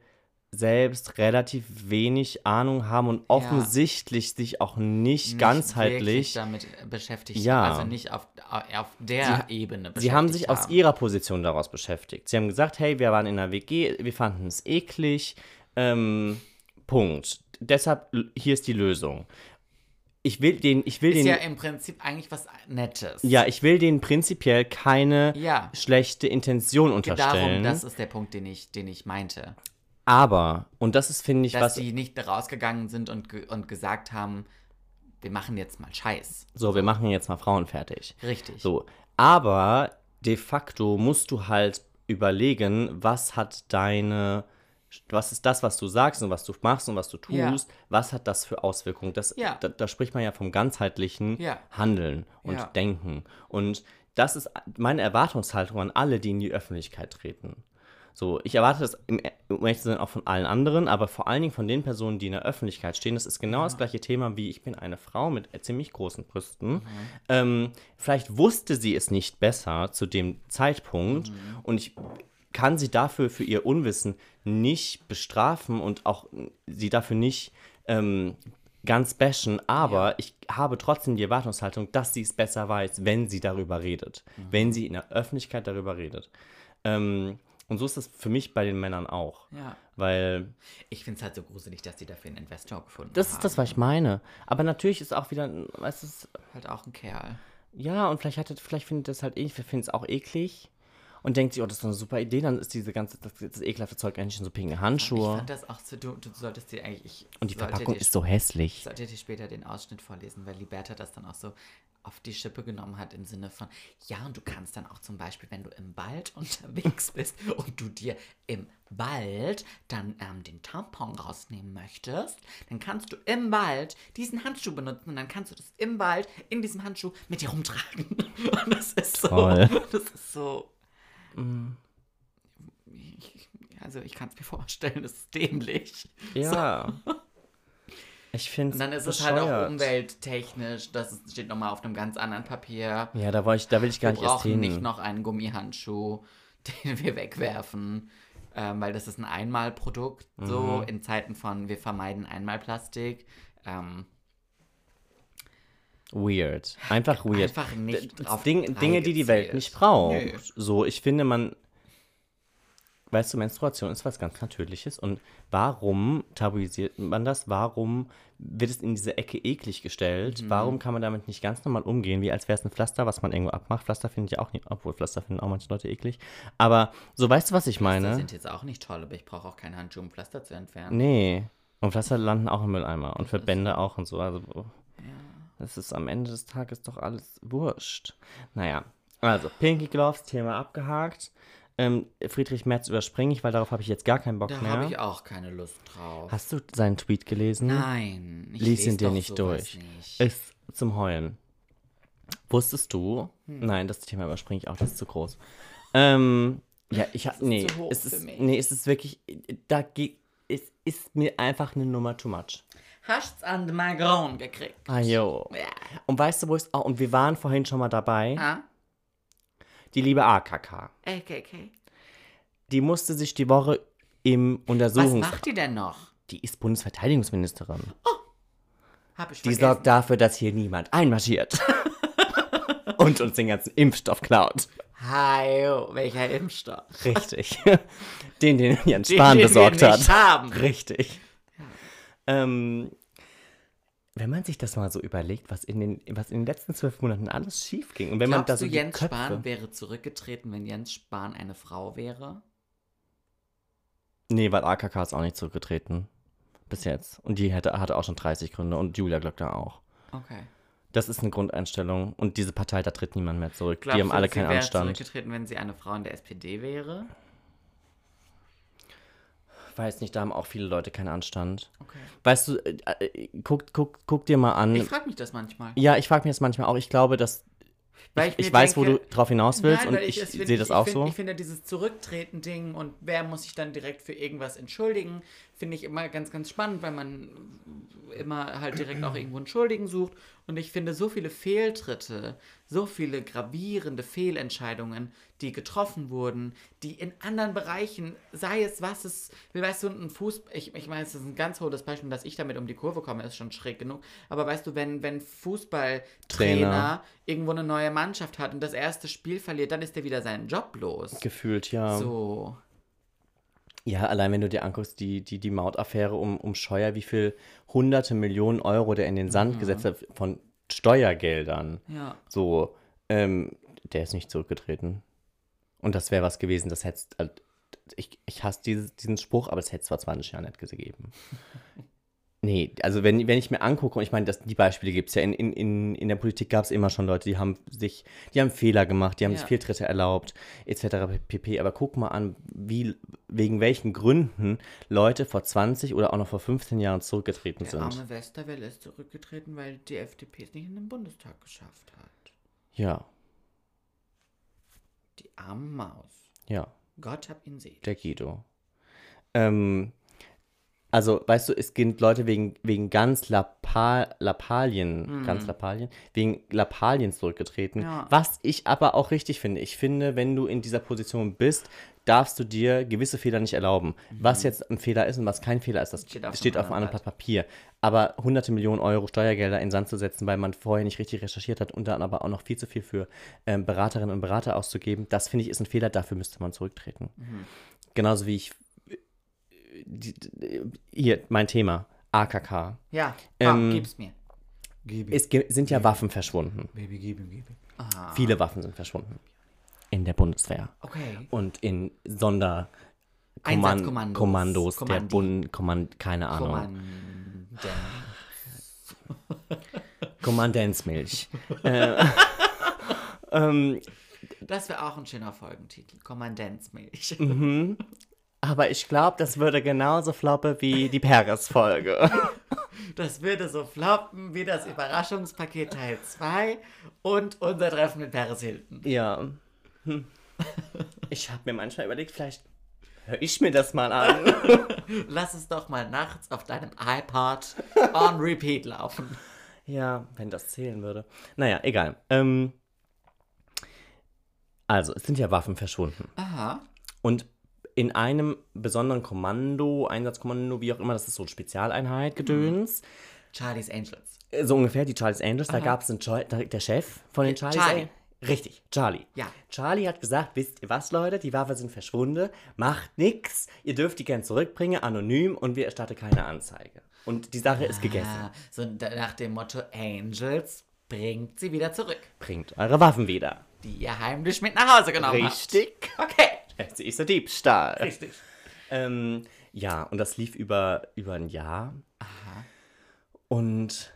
B: selbst relativ wenig Ahnung haben und offensichtlich sich auch nicht,
A: nicht wirklich
B: ganzheitlich.
A: damit beschäftigt.
B: Ja.
A: Also nicht auf, auf der Ebene beschäftigt.
B: Sie haben sich aus
A: haben.
B: ihrer Position daraus beschäftigt. Sie haben gesagt, hey, wir waren in einer WG, wir fanden es eklig. Ähm, Punkt. Deshalb, l- hier ist die Lösung. Ich will den, ich will
A: Ist
B: den.
A: ja im Prinzip eigentlich was Nettes.
B: Ja, ich will denen prinzipiell keine
A: Ja.
B: schlechte Intention
A: Darum,
B: unterstellen.
A: das ist der Punkt, den ich, den ich meinte.
B: aber, und das ist, finde ich,
A: Dass
B: was.
A: die nicht rausgegangen sind und, ge und gesagt haben, wir machen jetzt mal Scheiß.
B: So, wir machen jetzt mal Frauen fertig.
A: Richtig.
B: So. Aber de facto musst du halt überlegen, was hat deine. Was ist das, was du sagst und was du machst und was du
A: Ja.
B: tust? Was hat das für Auswirkungen? Das,
A: Ja.
B: da, da spricht man ja vom ganzheitlichen
A: Ja.
B: Handeln und
A: Ja.
B: Denken. Und das ist meine Erwartungshaltung an alle, die in die Öffentlichkeit treten. So, ich erwarte das im im ehrlichen Sinne auch von allen anderen, aber vor allen Dingen von den Personen, die in der Öffentlichkeit stehen. Das ist genau das gleiche Thema wie ich bin eine Frau mit ziemlich großen Brüsten. Ähm, vielleicht wusste sie es nicht besser zu dem Zeitpunkt und ich kann sie dafür für ihr Unwissen nicht bestrafen und auch sie dafür nicht ähm, ganz bashen, aber ich habe trotzdem die Erwartungshaltung, dass sie es besser weiß, wenn sie darüber redet,
A: Mhm.
B: wenn sie in der Öffentlichkeit darüber redet. Ähm, und so ist das für mich bei den Männern auch.
A: Ja.
B: Weil
A: Ich finde es halt so gruselig, dass sie dafür einen Investor gefunden
B: das
A: haben.
B: ist das, was ich meine. Aber natürlich ist auch wieder, weißt du,
A: Halt auch ein Kerl.
B: ja, und vielleicht, hat, er- vielleicht findet das halt ich finde es auch eklig und denkt sich, oh, das ist doch eine super Idee, dann ist diese ganze, das, das ekelhafte Zeug eigentlich in so pinken
A: Ich
B: Handschuhe.
A: fand das auch so, du, du solltest dir eigentlich. Ich
B: Und die
A: sollte
B: Verpackung
A: dir
B: ist so hässlich.
A: Ich sollte dir später den Ausschnitt vorlesen, weil Liberta das dann auch so auf die Schippe genommen hat im Sinne von, ja, und du kannst dann auch zum Beispiel, wenn du im Wald unterwegs bist und du dir im Wald dann ähm, den Tampon rausnehmen möchtest, dann kannst du im Wald diesen Handschuh benutzen und dann kannst du das im Wald in diesem Handschuh mit dir rumtragen. Und das ist so,
B: Toll.
A: das ist so, ich, also ich kann es mir vorstellen, es ist dämlich.
B: Ja. Ich finde
A: Und dann ist es halt auch umwelttechnisch, das ist- steht nochmal auf einem ganz anderen Papier.
B: Ja, da, wollt ich, da will ich gar
A: Wir
B: nicht erst
A: brauchen
B: hin.
A: nicht noch einen Gummihandschuh, den wir wegwerfen, ähm, weil das ist ein Einmalprodukt,
B: Mhm.
A: so in Zeiten von wir vermeiden Einmalplastik. Ähm,
B: Weird. Einfach weird.
A: Genau, Einfach nicht
B: D-
A: drauf
B: Ding, Dinge, die die Welt
A: reingezählt.
B: nicht braucht.
A: Nö.
B: So, ich finde, man. Weißt du, Menstruation ist was ganz Natürliches und warum tabuisiert man das? Warum wird es in diese Ecke eklig gestellt?
A: Mhm.
B: Warum kann man damit nicht ganz normal umgehen, wie als wäre es ein Pflaster, was man irgendwo abmacht? Pflaster finde ich auch nicht, obwohl Pflaster finden auch manche Leute eklig. Aber so, weißt du, was ich
A: Das
B: meine?
A: sind jetzt auch nicht toll, aber ich brauche auch keinen Handschuh, um Pflaster zu entfernen.
B: Nee. Und Pflaster landen auch im Mülleimer und Verbände auch und so. Also, oh. das ist am Ende des Tages doch alles wurscht. Naja, also Pinky Gloves, Thema abgehakt. Ähm, Friedrich Merz überspringe ich, weil darauf habe ich jetzt gar keinen Bock
A: Da habe
B: mehr.
A: ich auch keine Lust drauf.
B: Hast du seinen Tweet gelesen?
A: Nein, ich
B: Lies
A: lese
B: ihn dir
A: doch
B: nicht
A: sowas
B: durch.
A: nicht.
B: Ist zum Heulen. Wusstest du?
A: Hm.
B: Nein, das Thema überspringe ich auch, das ist zu groß. Ähm, ja, ich habe. Nee,
A: zu hoch
B: es
A: für
B: ist,
A: mich.
B: nee, es ist wirklich. Da geht. Es ist mir einfach eine Nummer too much.
A: Hast's an den Magron gekriegt.
B: Ah, jo. Und weißt du, wo ich auch. Und wir waren vorhin schon mal dabei.
A: Ah,
B: Die liebe AKK.
A: AKK.
B: Die musste sich die Woche im
A: Was
B: Untersuchungs...
A: macht die denn noch?
B: Die ist Bundesverteidigungsministerin.
A: Hab ich
B: Die
A: vergessen.
B: sorgt dafür, dass hier niemand einmarschiert. Und uns den ganzen Impfstoff klaut.
A: Hi, oh, welcher Impfstoff?
B: Richtig. Den, den Jens
A: Den,
B: Spahn
A: den
B: besorgt
A: wir
B: hat.
A: nicht haben.
B: Richtig. Ähm, wenn man sich das mal so überlegt, was in den, was in den letzten zwölf Monaten alles schief ging. Und wenn man
A: Glaubst
B: da so
A: du,
B: die
A: Jens
B: Köpfe,
A: Spahn wäre zurückgetreten, wenn Jens Spahn eine Frau wäre?
B: Nee, weil AKK ist auch nicht zurückgetreten. Bis jetzt. Und die hätte, hatte auch schon 30 Gründe. Und Julia Glöckner auch.
A: Okay.
B: Das ist eine Grundeinstellung. Und diese Partei, da tritt niemand mehr zurück.
A: Glaubst
B: die haben
A: du,
B: alle
A: sie
B: keinen
A: wäre
B: Anstand.
A: zurückgetreten, wenn sie eine Frau in der SPD wäre?
B: Weiß nicht, da haben auch viele Leute keinen Anstand.
A: Okay.
B: Weißt du, äh, äh, guck, guck, guck dir mal an.
A: Ich frage mich das manchmal.
B: ja, ich frage mich das manchmal auch. Ich glaube, dass.
A: Weil
B: ich
A: mir
B: weiß, wo
A: denke-
B: du drauf hinaus willst
A: Nein,
B: und
A: weil
B: ich,
A: das find-
B: sehe das
A: ich
B: auch
A: find,
B: so.
A: Ich finde dieses Zurücktreten-Ding und wer muss sich dann direkt für irgendwas entschuldigen, finde ich immer ganz, ganz spannend, weil man immer halt direkt auch irgendwo einen Schuldigen sucht. Und ich finde so viele Fehltritte, so viele gravierende Fehlentscheidungen, die getroffen wurden, die in anderen Bereichen, sei es was es, wie weißt du, ein Fußball, ich, ich meine, es ist ein ganz hohes Beispiel, dass ich damit um die Kurve komme, ist schon schräg genug. Aber weißt du, wenn, wenn Fußballtrainer
B: Trainer.
A: irgendwo eine neue Mannschaft hat und das erste Spiel verliert, dann ist er wieder seinen Job los.
B: Gefühlt, ja.
A: So.
B: Ja, allein wenn du dir anguckst, die, die, die Mautaffäre um, um Scheuer, wie viel hunderte Millionen Euro der in den Sand
A: Mhm.
B: gesetzt hat von Steuergeldern.
A: Ja.
B: So, ähm, der ist nicht zurückgetreten. Und das wäre was gewesen, das hätte also, ich, ich hasse dieses, diesen Spruch, aber es hätte es vor 20 Jahren nicht gegeben. Nee, also wenn, wenn ich mir angucke, und ich meine, das, die Beispiele gibt es ja, in, in, in, in der Politik gab es immer schon Leute, die haben sich, die haben Fehler gemacht, die haben
A: Ja.
B: sich Fehltritte erlaubt, etc. pp. Aber guck mal an, wie, wegen welchen Gründen Leute vor 20 oder auch noch vor 15 Jahren zurückgetreten
A: Der
B: sind.
A: arme Westerwelle ist zurückgetreten, weil die FDP es nicht in den Bundestag geschafft hat.
B: Ja,
A: Die arme Maus.
B: ja.
A: Gott hab ihn selig.
B: Der Guido. Ähm, also, weißt du, es gibt Leute wegen, wegen ganz Lapal, Lappalien, ganz Lappalien, wegen Lappalien zurückgetreten.
A: Ja.
B: Was ich aber auch richtig finde. Ich finde, wenn du in dieser Position bist, darfst du dir gewisse Fehler nicht erlauben. Was jetzt ein Fehler ist und was kein Fehler ist, das
A: Steht
B: steht
A: auf
B: auf,
A: dem anderen
B: einem anderen Blatt Papier. Aber hunderte Millionen Euro Steuergelder in den Sand zu setzen, weil man vorher nicht richtig recherchiert hat und dann aber auch noch viel zu viel für ähm, Beraterinnen und Berater auszugeben, das finde ich ist ein Fehler. Dafür müsste man zurücktreten. Genauso wie ich. Die, die, hier, mein Thema. AKK.
A: Ja, komm,
B: Ähm,
A: gib's mir.
D: Gib ihm,
B: Es ge- sind ja Waffen verschwunden.
D: Baby, gib ihm, gib ihm.
B: Viele Waffen sind verschwunden. In der Bundeswehr.
A: Okay.
B: Und in Sonder.
A: Einsatzkommandos.
B: Kommandos der
A: Kommandi.
B: Bund, Kommand, keine Ahnung.
A: Kommanden.
B: Kommandantsmilch. äh, ähm,
A: Das wäre auch ein schöner Folgentitel. Kommandantsmilch.
B: Hm. aber ich glaube, das würde genauso floppe wie die Paris-Folge.
A: Das würde so floppen wie das Überraschungspaket Teil 2 und unser Treffen mit Paris Hilton.
B: Ja. Hm. Ich habe mir manchmal überlegt, vielleicht höre ich mir das mal an.
A: Lass es doch mal nachts auf deinem iPod on repeat laufen.
B: ja, wenn das zählen würde. Naja, egal. Ähm, also, es sind ja Waffen verschwunden.
A: Aha.
B: Und in einem besonderen Kommando, Einsatzkommando, wie auch immer, das ist so eine Spezialeinheit gedöns.
A: Charlie's Angels.
B: Äh, So ungefähr die Charles Angels. Da gab es einen Char da- der Chef von den Charlies.
A: Charlie.
B: An- Richtig, Charlie.
A: Ja.
B: Charlie hat gesagt, wisst ihr was, Leute, die Waffen sind verschwunden, macht nix, ihr dürft die gern zurückbringen, anonym und wir erstatten keine Anzeige. Und die Sache ist gegessen.
A: Ah, so da- nach dem Motto Angels bringt sie wieder zurück,
B: Bringt eure Waffen wieder.
A: die ihr heimlich mit nach Hause genommen
B: Richtig.
A: habt. Okay.
B: Es ist der Diebstahl.
A: Richtig.
B: Ähm, ja, und das lief über, über ein Jahr. Und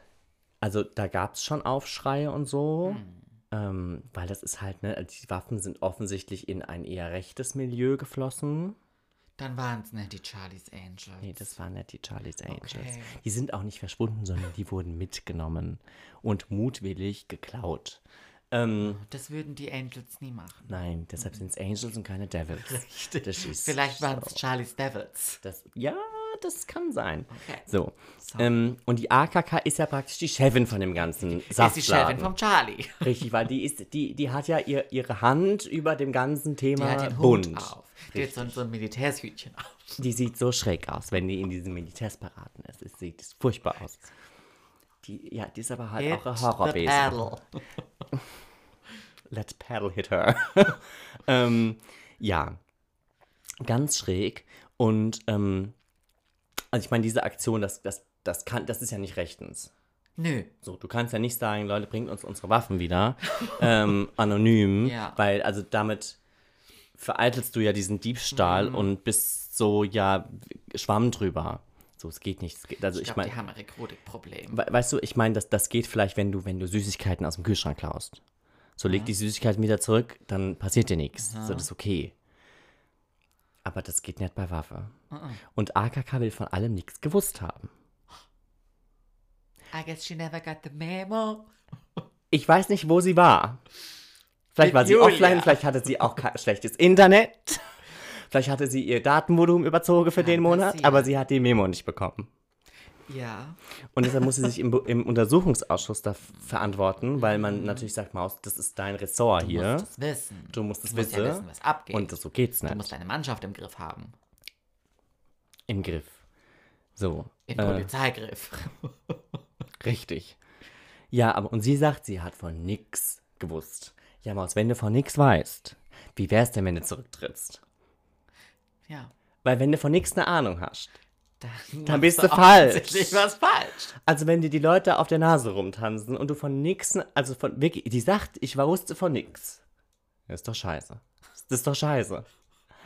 B: also da gab es schon Aufschreie und so. Ähm, weil das ist halt, ne, die Waffen sind offensichtlich in ein eher rechtes Milieu geflossen.
A: Dann waren es nicht die Charlie's Angels.
B: Nee, das waren nicht die Charlie's Angels.
A: Okay.
B: Die sind auch nicht verschwunden, sondern die wurden mitgenommen und mutwillig geklaut. Ähm,
A: Das würden die Angels nie machen.
B: nein, deshalb sind es Angels und keine Devils. Hm. Richtig. Das ist
A: Vielleicht waren es Charlie's Devils.
B: Das, ja, das kann sein.
A: Okay.
B: So.
A: Sorry.
B: Ähm, und die AKK ist ja praktisch die Chefin von dem ganzen
A: Das ist die Chefin
B: Saftladen.
A: vom Charlie.
B: Richtig, weil die ist, die, die hat ja ihr, ihre Hand über dem ganzen
A: Die
B: Thema
A: hat den Hund
B: bunt.
A: auf. Die hat so, so ein Militärshütchen auf.
B: Die sieht so schräg aus, wenn die in diesen Militärsparaden ist. Es sieht furchtbar aus. Die, ja, die ist aber halt
A: Hit
B: auch ein
A: the
B: Horrorbesen.
A: paddle.
B: Let's paddle hit her. ähm, ja, ganz schräg. Und ähm, also ich meine, diese Aktion, das, das, das, kann, das ist ja nicht rechtens.
A: Nö.
B: So, du kannst ja nicht sagen, Leute, bringt uns unsere Waffen wieder, ähm, anonym,
A: Ja.
B: weil also damit vereitelst du ja diesen Diebstahl
A: Mhm.
B: und bist so, ja, schwamm drüber. So, es geht nicht. Es geht, also
A: Ich
B: ich,
A: glaube,
B: meine,
A: die haben ein Rekrutikproblem.
B: we weißt du, ich meine, das, das geht vielleicht, wenn du, wenn du Süßigkeiten aus dem Kühlschrank klaust. So, leg die Süßigkeiten wieder zurück, dann passiert dir nichts. So, das ist okay. Aber das geht nicht bei Waffe. Und AKK will von allem nichts gewusst haben.
A: I guess she never got the memo.
B: Ich weiß nicht, wo sie war. Vielleicht
A: Mit
B: war sie
A: Julia.
B: offline, vielleicht hatte sie auch kein schlechtes Internet. Vielleicht hatte sie ihr Datenvolumen überzogen für den Monat,
A: passieren.
B: aber sie hat die Memo nicht bekommen.
A: Ja.
B: Und deshalb muss sie sich im, Bu- im Untersuchungsausschuss da verantworten, weil man natürlich sagt, Maus, das ist dein Ressort
A: Mhm. Du
B: hier.
A: musst es wissen.
B: Du musst es
A: Du musst ja
B: wissen.
A: wissen, was abgeht.
B: Und so geht's
A: du
B: nicht.
A: musst deine Mannschaft im Griff haben.
B: Im Griff. So.
A: Im
B: Äh,
A: Polizeigriff.
B: richtig. Ja, aber und sie sagt, sie hat von nix gewusst. Ja, Maus, wenn du von nix weißt, wie wär's denn, wenn du zurücktrittst?
A: Ja.
B: Weil wenn du von nichts eine Ahnung hast,
A: Dann,
B: Dann
A: machst
B: bist du
A: offensichtlich
B: falsch.
A: was falsch.
B: also wenn dir die Leute auf der Nase rumtanzen und du von nichts, also von wirklich, die sagt, ich war- wusste von nichts. Das ist doch scheiße. Das ist doch scheiße.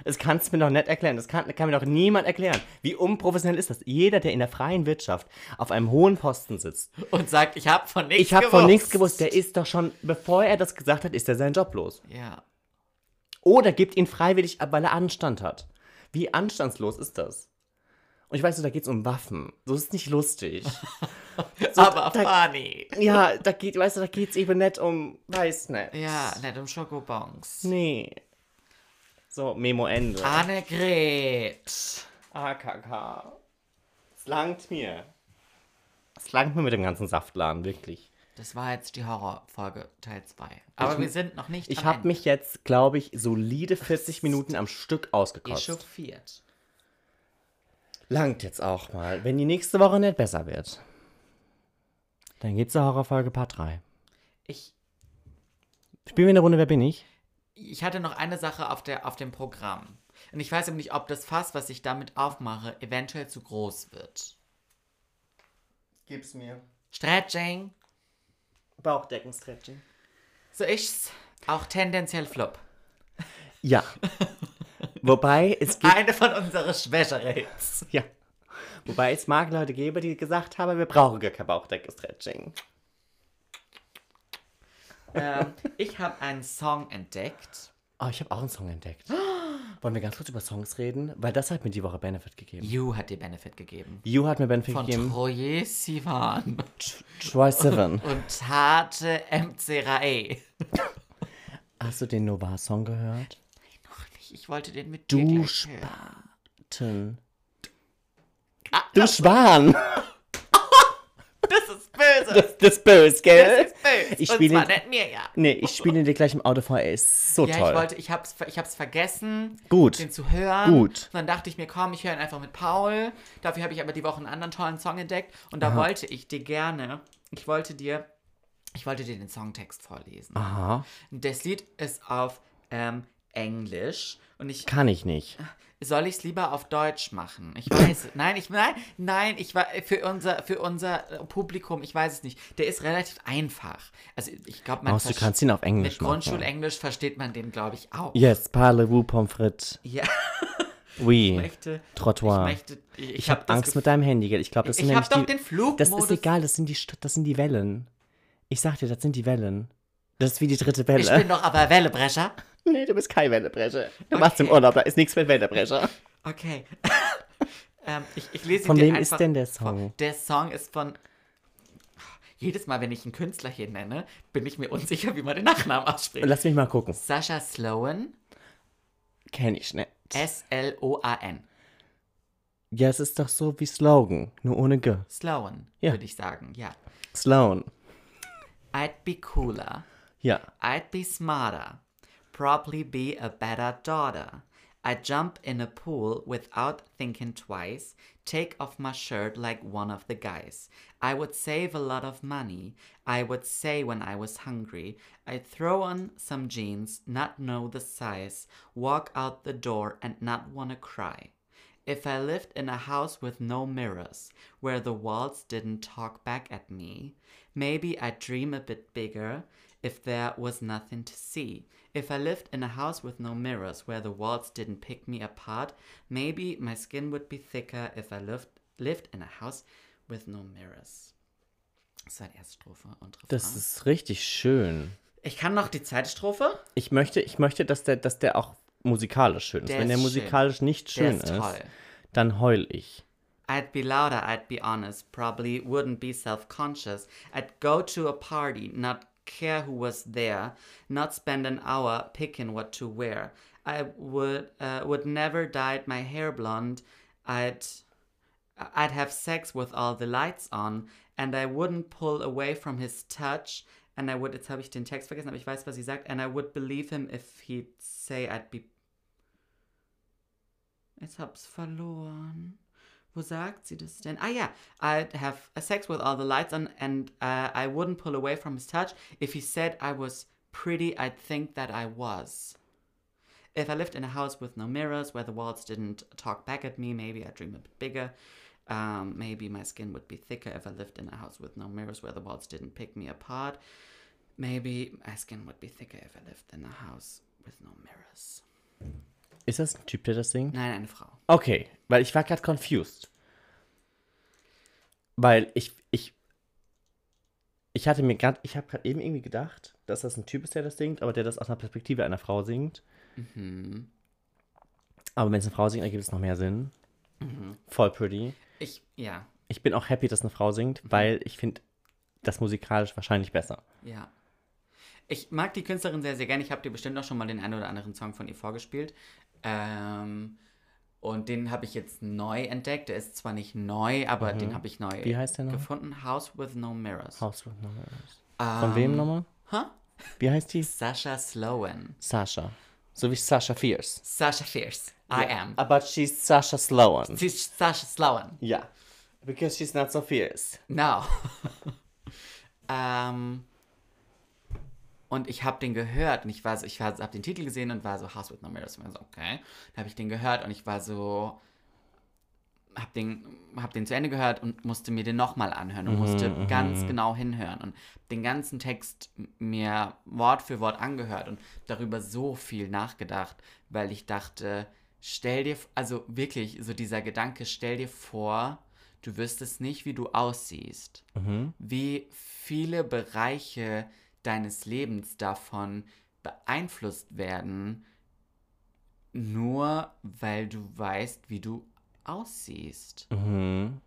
B: Das kannst du mir doch nicht erklären. Das kann, kann mir doch niemand erklären. Wie unprofessionell ist das? Jeder, der in der freien Wirtschaft auf einem hohen Posten sitzt,
A: Und sagt, ich habe von nichts
B: ich habe
A: gewusst.
B: von nichts gewusst, der ist doch schon, bevor er das gesagt hat, ist er seinen Job los.
A: Ja.
B: Oder gibt ihn freiwillig ab, weil er Anstand hat. Wie anstandslos ist das? Und ich weiß, so, da geht's um Waffen. So ist es nicht lustig. So,
A: Aber
B: da,
A: funny.
B: ja, da geht, weißt du, da geht's eben nicht um, weiß nicht.
A: Ja, nicht um Schokobons.
B: Nee. So, Memo Ende.
A: Ah. Annegret.
B: AKK. Es langt mir. Es langt mir mit dem ganzen Saftladen, wirklich.
A: Das war jetzt die Horrorfolge Teil 2. Aber wir sind noch nicht
B: Ich
A: am
B: habe
A: Ende.
B: mich jetzt, glaube ich, solide 40 Minuten am Stück ausgekostet.
A: echauffiert.
B: Langt jetzt auch mal. Wenn die nächste Woche nicht besser wird, dann gibt's eine Horrorfolge Part 3.
A: Ich,
B: Spielen wir eine Runde Wer bin ich?
A: ich hatte noch eine Sache auf, der, auf dem Programm. Und ich weiß eben nicht, ob das Fass, was ich damit aufmache, eventuell zu groß wird.
B: Gib's mir.
A: Stretching.
B: Bauchdeckenstretching.
A: So ich's. Auch tendenziell flop.
B: Ja. Wobei es gibt,
A: Eine von unseren Schwächereits.
B: ja. Wobei es mag Leute gebe, die gesagt haben, wir brauchen gar kein Bauchdeckenstretching.
A: ähm, ich habe einen Song entdeckt.
B: Oh, ich habe auch einen Song entdeckt. Wollen wir ganz kurz über Songs reden? Weil das hat mir die Woche Benefit gegeben.
A: You hat dir Benefit gegeben.
B: You hat mir Benefit
A: Von
B: gegeben.
A: Troye Sivan
B: Troy Sivan.
A: und Tate MC Rae.
B: Hast du den Nova-Song gehört?
A: Ich, ich wollte den mit dir
B: Du
A: gleich hören.
B: Spaten. Ah, Du Schwan!
A: Das ist böse.
B: Das, das ist böse, gell?
A: Das ist böse.
B: Ich
A: und
B: spiele-
A: zwar nicht mir, ja.
B: Nee, ich spiele dir gleich im Auto vor. Er ist so
A: Ja,
B: toll.
A: ich wollte, ich hab's, ver- ich hab's vergessen,
B: Gut.
A: den zu hören.
B: Gut.
A: Und dann dachte ich mir, komm, ich höre ihn einfach mit Paul. Dafür habe ich aber die Woche einen anderen tollen Song entdeckt. Und da wollte ich dir gerne, ich wollte dir, ich wollte dir den Songtext vorlesen.
B: Aha.
A: Das Lied ist auf ähm, Englisch. Und ich
B: Kann ich nicht.
A: soll ich es lieber auf Deutsch machen? Ich weiß, nein, ich nein, nein, ich war für unser für unser äh, Publikum, ich weiß es nicht. Der ist relativ einfach. Also ich glaube, man
B: Maus, du
A: verste-
B: kannst ihn auf Englisch
A: mit
B: machen.
A: Grundschulenglisch versteht man den, glaube ich, auch.
B: Yes, parlez-vous, pommes frites.
A: Ja, ich
B: Oui.
A: möchte.
B: Trottoir.
A: Ich möchte. Ich, ich
B: Ich habe
A: hab
B: hab Angst mit deinem Handy, gell? Ich glaube, das
A: Das
B: sind
A: Gefühl- ich habe
B: nämlich
A: doch
B: die.
A: den Flug.
B: das ist egal, das sind die St- das sind die Wellen. Ich sag dir, das sind die Wellen. Das ist wie die dritte Welle.
A: Ich bin doch aber Wellebrecher.
B: nee, du bist kein Wellebrecher. Du
A: Okay.
B: machst im Urlaub, da ist nichts mit Wellebrecher.
A: Okay. ähm, ich, ich lese ihn
B: Von
A: dir
B: wem
A: einfach
B: ist denn der
A: vor.
B: Song?
A: Der Song ist von. Jedes Mal, wenn ich einen Künstler hier nenne, bin ich mir unsicher, wie man den Nachnamen ausspricht.
B: Lass mich mal gucken.
A: Sascha Sloan,
B: Kenn ich nicht.
A: Äh? S-L-O-A-N.
B: Ja, es ist doch so wie Slogan, nur ohne G.
A: Sloan,
B: Ja.
A: würde ich sagen, ja.
B: Sloan.
A: I'd be cooler.
B: Ja.
A: I'd be smarter. Probably be a better daughter. I jump in a pool without thinking twice, take off my shirt like one of the guys. I would save a lot of money. I would say when I was hungry. I throw on some jeans, not know the size, walk out the door and not wanna cry. If I lived in a house with no mirrors, where the walls didn't talk back at me, maybe I'd dream a bit bigger if there was nothing to see. If I lived in a house with no mirrors, where the walls didn't pick me apart, maybe my skin would be thicker if I lived, lived in a house with no mirrors. Das war die erste Strophe und Refrain.
B: Das ist richtig schön.
A: ich kann noch die zweite Strophe.
B: Ich möchte, ich möchte dass, der, dass der auch musikalisch schön ist.
A: Der
B: Wenn der
A: ist
B: musikalisch nicht
A: Der
B: schön er
A: ist
B: ist,
A: toll.
B: dann heul ich.
A: I'd be louder, I'd be honest, probably wouldn't be self conscious. I'd go to a party, not care who was there, not spend an hour picking what to wear. I would uh, would never dye my hair blonde. I'd I'd have sex with all the lights on and I wouldn't pull away from his touch and I would jetzt habe ich den Text vergessen, aber ich weiß, was sie sagt and I would believe him if he'd say I'd be Jetzt hab's verloren. Wo sagt sie das denn? Ah ja, I'd have sex with all the lights on and uh, I wouldn't pull away from his touch. If he said I was pretty, I'd think that I was. If I lived in a house with no mirrors, where the walls didn't talk back at me, maybe I'd dream a bit bigger. Um, maybe my skin would be thicker if I lived in a house with no mirrors, where the walls didn't pick me apart. Maybe my skin would be thicker if I lived in a house with no mirrors.
B: Ist das ein Typ, der das singt?
A: Nein, eine Frau.
B: Okay, weil ich war gerade confused. Weil ich, ich, ich hatte mir gerade, ich habe gerade eben irgendwie gedacht, dass das ein Typ ist, der das singt, aber der das aus einer Perspektive einer Frau singt.
A: Mhm.
B: Aber wenn es eine Frau singt, ergibt es noch mehr Sinn.
A: Mhm.
B: Voll pretty.
A: Ich, ja,
B: Ich bin auch happy, dass eine Frau singt,
A: Mhm.
B: weil ich finde das musikalisch wahrscheinlich besser.
A: Ja. Ich mag die Künstlerin sehr, sehr gerne. Ich habe dir bestimmt auch schon mal den einen oder anderen Song von ihr vorgespielt. Ähm, und den habe ich jetzt neu entdeckt. Der ist zwar nicht neu, aber den habe ich neu
B: Mhm. Wie heißt der noch?
A: gefunden. House with No Mirrors.
B: House with No Mirrors. Von
A: Ähm,
B: wem nochmal?
A: Hä?
B: Wie heißt die?
A: Sasha Sloan.
B: Sasha. So wie Sasha Fierce.
A: Sasha Fierce. I am.
B: Aber she's Sasha Sloan.
A: Sie ist Sasha Sloan.
B: Ja. Because she's not so fierce.
A: No. ähm, und ich habe den gehört und ich war so, ich war, habe den Titel gesehen und war so House with No Mirrors. Und war so, okay. Dann habe ich den gehört und ich war so, habe den, hab den zu Ende gehört und musste mir den nochmal anhören und musste ganz genau hinhören und den ganzen Text m- mir Wort für Wort angehört und darüber so viel nachgedacht, weil ich dachte, stell dir, also wirklich so dieser Gedanke, stell dir vor, du wüsstest nicht, wie du aussiehst,
B: Mhm.
A: wie viele Bereiche deines Lebens davon beeinflusst werden, nur weil du weißt, wie du aussiehst.
B: Mhm.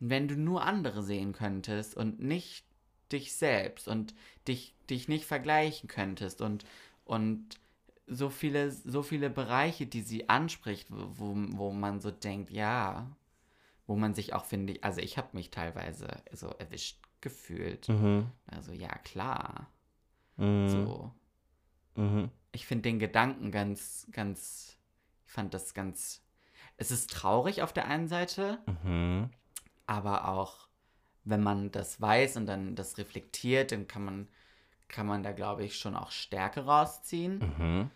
A: Wenn du nur andere sehen könntest und nicht dich selbst und dich, dich nicht vergleichen könntest und, und so viele, so viele Bereiche, die sie anspricht, wo, wo- wo man so denkt, ja, wo man sich auch, finde ich, also ich habe mich teilweise so erwischt gefühlt.
B: Mhm.
A: Also ja, klar.
B: Mhm.
A: So
B: Mhm.
A: ich finde den Gedanken ganz, ganz, ich fand das ganz, es ist traurig auf der einen Seite,
B: Mhm.
A: aber auch, wenn man das weiß und dann das reflektiert, dann kann man, kann man da, glaube ich, schon auch Stärke rausziehen.
B: Mhm.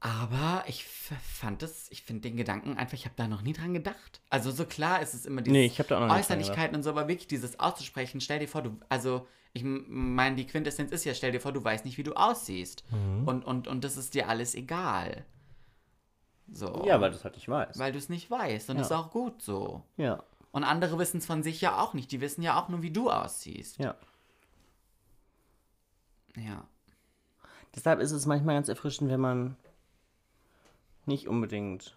A: Aber ich f- fand es, ich finde den Gedanken einfach, ich habe da noch nie dran gedacht. Also so klar ist es immer dieses
B: Nee, ich hab da auch noch nicht dran
A: Äußerlichkeiten und so, aber wirklich dieses auszusprechen, stell dir vor, du, also ich m- meine, die Quintessenz ist ja, stell dir vor, du weißt nicht, wie du aussiehst.
B: Mhm.
A: Und, und, und das ist dir alles egal. So.
B: Ja, weil du es halt nicht weißt.
A: weil du es nicht weißt. Und
B: Ja.
A: ist auch gut so.
B: ja.
A: Und andere wissen es von sich ja auch nicht. Die wissen ja auch nur, wie du aussiehst.
B: Ja.
A: Ja.
B: Deshalb ist es manchmal ganz erfrischend, wenn man nicht unbedingt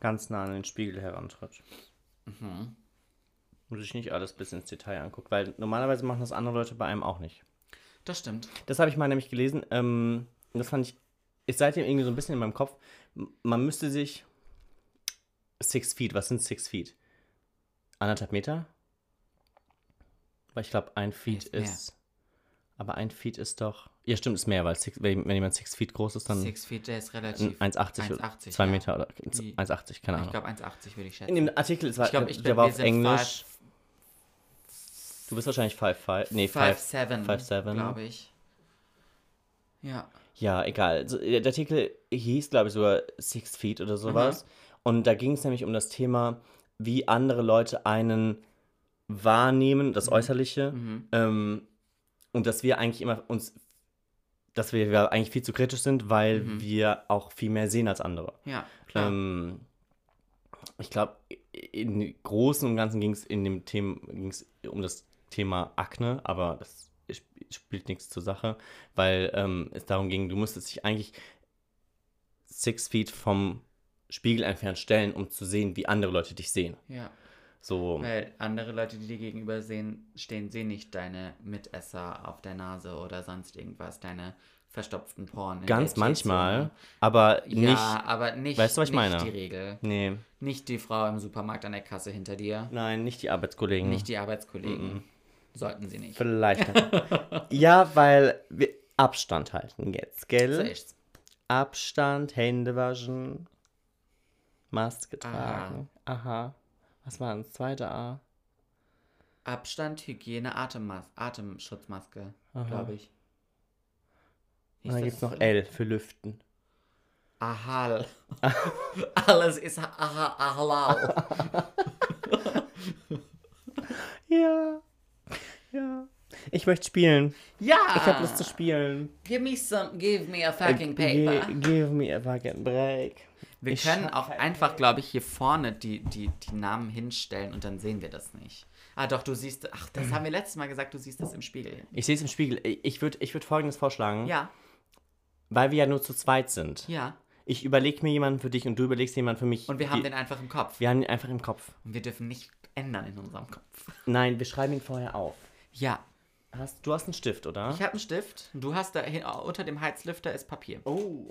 B: ganz nah an den Spiegel herantritt.
A: Mhm.
B: Und sich nicht alles bis ins Detail anguckt, weil normalerweise machen das andere Leute bei einem auch nicht.
A: Das stimmt.
B: Das habe ich mal nämlich gelesen. Ähm, und das fand ich, ist seitdem irgendwie so ein bisschen in meinem Kopf. M- Man müsste sich Six Feet, was sind Six Feet? Anderthalb Meter? Weil ich glaube, ein Feet
A: Ist mehr.
B: ist. Aber ein Feet ist doch. Ja, stimmt, ist mehr, weil six, wenn, wenn jemand six feet groß ist, dann
A: Six Feet, der ist relativ.
B: 1,80 oder
A: 1,80,
B: 2
A: ja.
B: Meter oder
A: Die-
B: 1,80, keine
A: Ich
B: Ahnung.
A: glaube 1,80 würde ich schätzen.
B: In dem Artikel, es war,
A: ich glaube, ich
B: der
A: bin
B: war
A: wir
B: auf
A: sind
B: Englisch. Du bist wahrscheinlich 5'5. Nee, 5'7.
A: 5'7,
B: 5'7.
A: glaube ich. Ja.
B: Ja, egal. So, Der der Artikel hieß, glaube ich, sogar Six Feet oder sowas. Und da ging es nämlich um das Thema, wie andere Leute einen wahrnehmen, das Äußerliche.
A: Mhm.
B: Ähm, und dass wir eigentlich immer uns, dass wir, wir eigentlich viel zu kritisch sind, weil wir auch viel mehr sehen als andere.
A: Ja, klar.
B: Ähm, ich glaube, im Großen und Ganzen ging es in dem Thema ging's um das Thema Akne, aber das sp spielt nichts zur Sache, weil ähm, es darum ging, du musstest dich eigentlich six feet vom Spiegel entfernt stellen, um zu sehen, wie andere Leute dich sehen.
A: ja.
B: So,
A: Weil andere Leute, die dir gegenüber sehen, stehen, sehen nicht deine Mitesser auf der Nase oder sonst irgendwas, deine verstopften Porn. in
B: ganz
A: der
B: manchmal,
A: T-Zone.
B: aber
A: ne? Ja,
B: nicht.
A: aber nicht,
B: Weißt du, was ich
A: nicht
B: meine?
A: die Regel.
B: Nee,
A: Nicht die Frau im Supermarkt an der Kasse hinter dir.
B: nein, nicht die Arbeitskollegen.
A: Nicht die Arbeitskollegen.
B: Mhm.
A: Sollten sie nicht.
B: Vielleicht. ja, weil wir Abstand halten jetzt, gell?
A: So ist's.
B: Abstand, Hände waschen, Maske tragen. Aha. Was war das zweite A?
A: Abstand, Hygiene, Atemmas Atemschutzmaske, glaube ich.
B: Und dann
A: Hieß
B: gibt es
A: das
B: noch
A: so?
B: L für Lüften.
A: Ahal. Alles ist aha- Ahal.
B: Ja. Ja. Ich möchte spielen.
A: Ja!
B: Ich habe Lust zu spielen.
A: Give me some, give me
B: Äh,
A: a fucking
B: Gi-
A: paper.
B: Give me a fucking break.
A: Wir
B: Ich
A: können
B: hab
A: auch einfach, glaube ich, hier vorne die, die, die Namen hinstellen und dann sehen wir das nicht. Ah, doch, du siehst. Ach, das haben wir letztes Mal gesagt, du siehst das im Spiegel.
B: Ich sehe es im Spiegel. Ich würde ich würd Folgendes vorschlagen,
A: Ja,
B: weil wir ja nur zu zweit sind.
A: ja.
B: Ich überlege mir jemanden für dich und du überlegst jemanden für mich.
A: Und wir haben
B: Die-
A: den einfach im Kopf.
B: wir haben ihn einfach im Kopf.
A: Und wir dürfen nicht ändern in unserem Kopf.
B: Nein, wir schreiben ihn vorher auf.
A: Ja.
B: Hast, du hast einen Stift, oder?
A: Ich habe einen Stift. Du hast da hin- unter dem Heizlüfter ist Papier.
B: oh.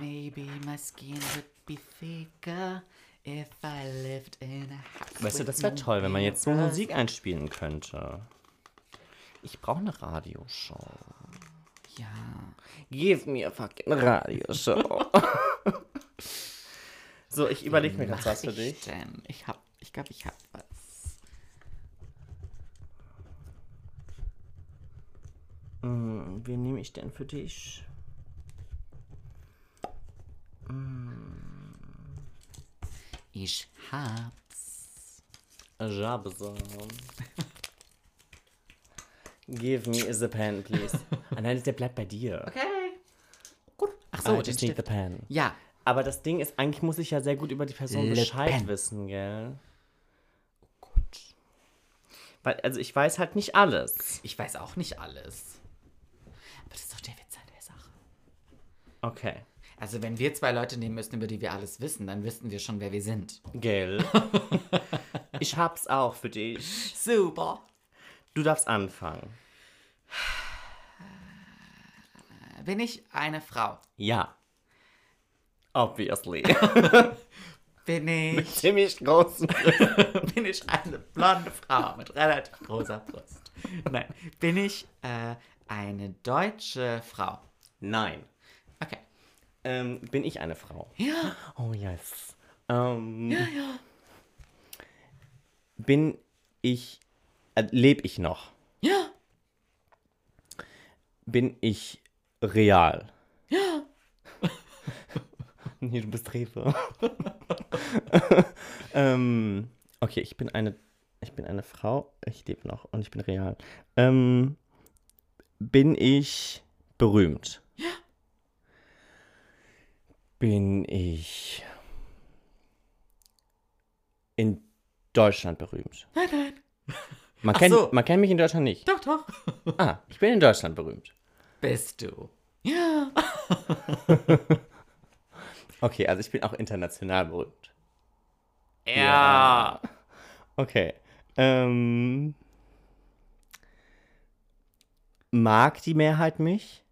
A: Maybe my skin would be thicker if I lived in a house.
B: Weißt du,
A: with
B: das wäre
A: no
B: toll, wenn man jetzt so
A: mirrors.
B: Musik einspielen könnte. Ich brauche eine Radioshow.
A: Ja.
B: Give me a fucking Radioshow. so, ich überlege mir ganz was für
A: ich
B: dich.
A: Denn? Ich hab, ich glaube, ich hab was.
B: Hm, Wen nehme ich denn für dich?
A: Ich hab's.
B: Jabsa. Give me the pen, please. Ah, nein, der bleibt bei dir.
A: Okay. Gut. Ach
B: So,
A: so,
B: I
A: den
B: just need the
A: Stift.
B: pen.
A: Ja.
B: Aber das Ding ist, eigentlich muss ich ja sehr gut über die Person
A: Le
B: Bescheid
A: Pen.
B: wissen, gell? Oh Gott. Weil, also ich weiß halt nicht alles.
A: Ich weiß auch nicht alles. Aber das ist doch der Witz an der Sache.
B: Okay.
A: Also, wenn wir zwei Leute nehmen müssten, über die wir alles wissen, dann wüssten wir schon, wer wir sind.
B: Gell. ich hab's auch für dich.
A: Super.
B: Du darfst anfangen.
A: Äh, Bin ich eine Frau?
B: Ja. Obviously.
A: Bin ich,
B: Ziemlich groß.
A: bin ich eine blonde Frau mit relativ großer Brust? Nein. Bin ich äh, eine deutsche Frau?
B: Nein.
A: Okay.
B: Ähm, bin ich eine Frau?
A: Ja.
B: Oh yes. Ähm, ja, ja. Bin ich. Äh, leb ich noch?
A: Ja.
B: bin ich real. Ja. nee, du bist Rewe. ähm, okay, ich bin eine, ich bin eine Frau, ich lebe noch und ich bin real. Ähm, bin ich berühmt? Ja. Bin ich in Deutschland berühmt?
A: Nein, nein.
B: Man, kennt,
A: so.
B: man kennt mich in Deutschland nicht.
A: Doch, doch.
B: Ah, ich bin in Deutschland berühmt.
A: Bist du? Ja.
B: Okay, also ich bin auch international berühmt.
A: Ja.
B: Okay. Ähm, mag die Mehrheit mich?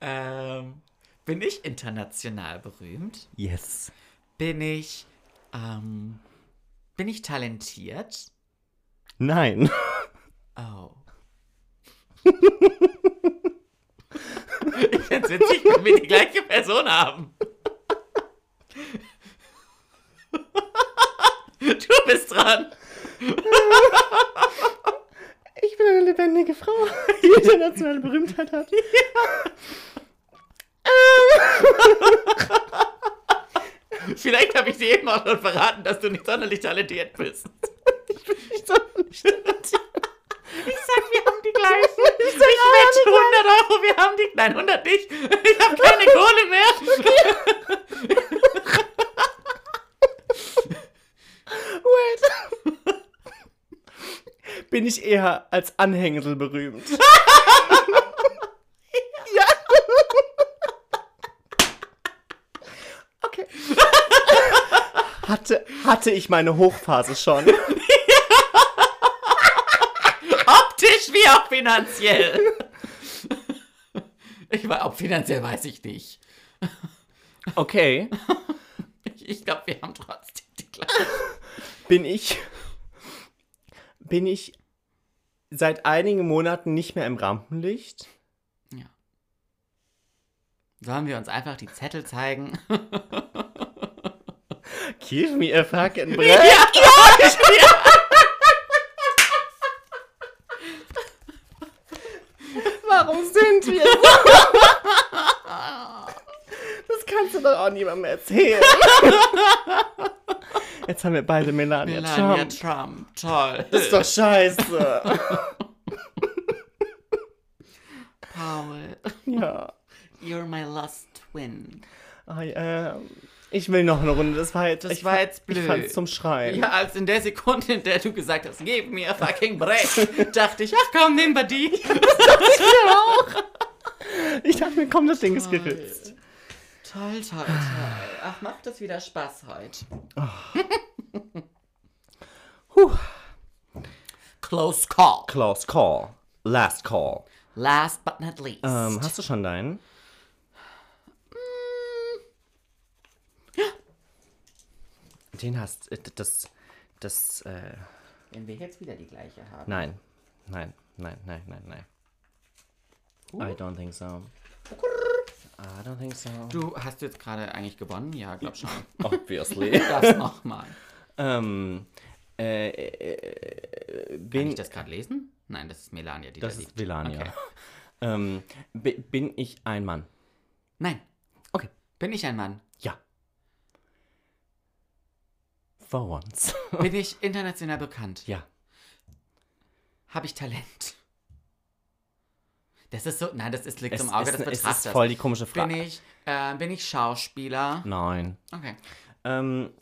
A: Ähm, bin ich international berühmt?
B: Yes.
A: Bin ich, ähm, Bin ich talentiert?
B: Nein.
A: Oh. ich find's witzig, wenn wir die gleiche Person haben. du bist dran.
B: Ich bin eine lebendige Frau, die internationale Berühmtheit hat.
A: Vielleicht habe ich dir eben auch schon verraten, dass du nicht sonderlich talentiert bist. Ich sag, wir haben die gleichen. Ich, sag, wette 100 Euro, wir haben die. Nein, 100 nicht. Ich habe keine Kohle mehr.
B: Bin ich eher als Anhängsel berühmt? Okay. Hatte, hatte ich meine Hochphase schon?
A: Optisch wie auch finanziell. Ich war, ob finanziell weiß ich nicht.
B: Okay.
A: Ich, ich glaube, wir haben trotzdem die gleichen.
B: bin ich bin ich seit einigen Monaten nicht mehr im Rampenlicht.
A: Sollen wir uns einfach die Zettel zeigen?
B: Give me a fucking break. Warum sind wir so? Das kannst du doch auch niemandem erzählen. Jetzt haben wir beide Melania,
A: Melania Trump.
B: Trump.
A: Toll.
B: Das ist doch scheiße.
A: Paul.
B: ja.
A: You're my lost twin.
B: I am. Ah, äh, Ich will noch eine Runde. Das war jetzt,
A: Das
B: ich
A: war
B: fa-
A: jetzt blöd.
B: Ich fand's zum Schreien.
A: Ja, als in der Sekunde, in der du gesagt hast, gib mir fucking Break, dachte ich, ach komm, nehmen wir die.
B: Ich dachte mir, komm, das Ding ist geritzt.
A: Toll, toll, toll. Ach, macht das wieder Spaß heute. Oh. Huh. Close call.
B: Close call. Last call.
A: Last but not least.
B: Ähm, hast du schon deinen?
A: Mm.
B: Den hast äh, das das äh,
A: Wenn wir jetzt wieder die gleiche haben.
B: nein nein nein nein nein nein. I don't think so. I don't think so.
A: Du hast du jetzt gerade eigentlich gewonnen? Ja, glaub schon.
B: Obviously.
A: Das nochmal.
B: ähm, äh, äh, äh,
A: Kann
B: bin
A: ich das gerade lesen? Nein, das ist Melania, die
B: das
A: da
B: ist
A: liegt.
B: Melania.
A: Okay.
B: Ähm, bi- bin ich ein Mann?
A: Nein,
B: Okay.
A: bin ich ein Mann?
B: Ja. For once.
A: Bin ich international bekannt?
B: ja.
A: Habe ich Talent? Das ist so, nein, das ist liegt
B: Es,
A: im Auge
B: ist, ne,
A: des
B: es
A: Betrachters.
B: ist voll die komische
A: bin
B: Frage. Mhm.
A: ich, äh, bin ich Schauspieler?
B: Nein.
A: Okay.
B: Ähm,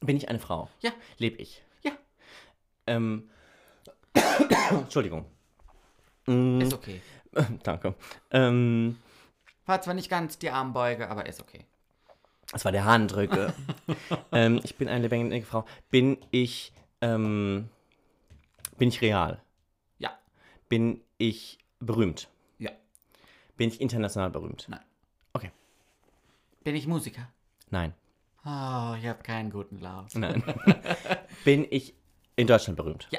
B: bin ich eine Frau?
A: Ja.
B: Lebe ich?
A: Ja.
B: Ähm, Entschuldigung. Mm,
A: Ist okay.
B: danke. Ähm,
A: War zwar nicht ganz die Armbeuge, aber ist okay.
B: das war der Handrücke. ähm, ich bin eine lebendige Frau. Bin ich, ähm, bin ich real?
A: Ja.
B: Bin ich berühmt?
A: Ja.
B: Bin ich international berühmt?
A: Nein. Bin ich Musiker?
B: Nein.
A: Oh, ich habe keinen guten Lauf.
B: Nein. Bin ich in Deutschland berühmt?
A: Ja.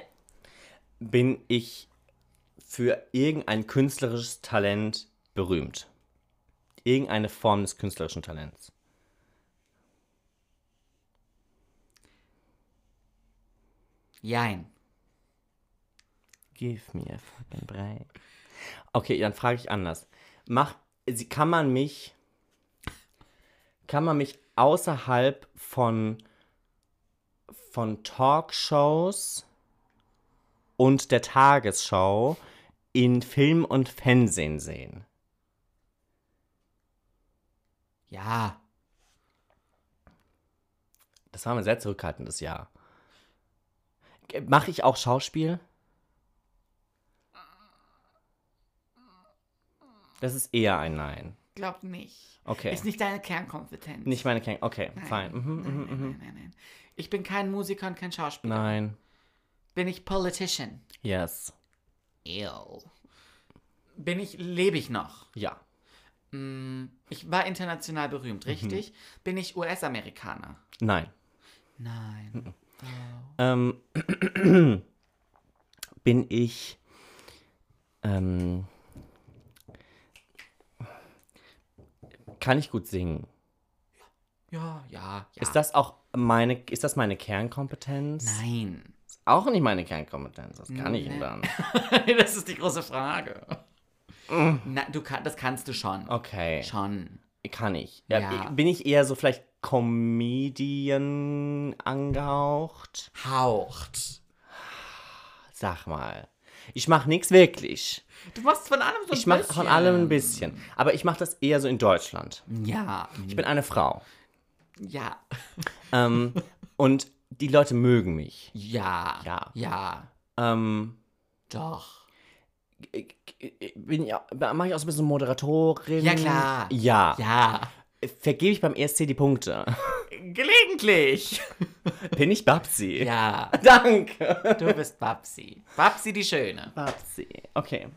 B: Bin ich für irgendein künstlerisches Talent berühmt? Irgendeine Form des künstlerischen Talents?
A: Jein.
B: Give me a fucking break. Okay, dann frage ich anders. Mach, sie- kann man mich, kann man mich außerhalb von, von Talkshows und der Tagesschau in Film und Fernsehen sehen?
A: Ja.
B: Das war ein sehr zurückhaltendes Jahr. Mache ich auch Schauspiel? Das ist eher ein Nein.
A: Glaub nicht.
B: Okay.
A: Ist nicht deine Kernkompetenz.
B: Nicht meine Klang. Okay,
A: Nein.
B: fein.
A: nein,
B: Mhm, mhm,
A: nein,
B: mhm.
A: nein, nein, nein. Ich bin kein Musiker und kein Schauspieler.
B: Nein.
A: Bin ich Politician?
B: Yes.
A: Ew. Bin ich, lebe ich noch?
B: Ja.
A: Mm, Ich war
B: Mhm.
A: international berühmt, richtig? Bin ich US-Amerikaner?
B: Nein.
A: Nein.
B: ähm, bin ich ähm, kann ich gut singen.
A: Ja, ja, ja.
B: Ist das auch meine, ist das meine Kernkompetenz?
A: Nein.
B: Ist auch nicht meine Kernkompetenz. Das kann ich dann.
A: das ist die große Frage. Na, du kann, das kannst du schon.
B: Mm. Okay.
A: Schon.
B: Kann ich. Ja,
A: Ja.
B: Bin ich eher so vielleicht Comedian angehaucht?
A: Haucht.
B: Sag mal. Ich mache nichts wirklich.
A: Du machst von allem so ein
B: Ich mache
A: bisschen.
B: von allem ein bisschen. Mhm. Aber ich mache das eher so in Deutschland.
A: Ja.
B: Ich bin eine Frau.
A: Ja.
B: Ähm, und die Leute mögen mich.
A: Ja.
B: Ja.
A: Ja.
B: Ähm,
A: Doch.
B: ich- ich- bin ja, mache ich auch so ein bisschen Moderatorin?
A: Ja, klar.
B: Ja.
A: Ja.
B: Vergebe ich beim ESC die Punkte?
A: Gelegentlich.
B: Bin ich Babsi?
A: Ja.
B: Danke.
A: Du bist Babsi. Babsi die Schöne.
B: Babsi. Okay.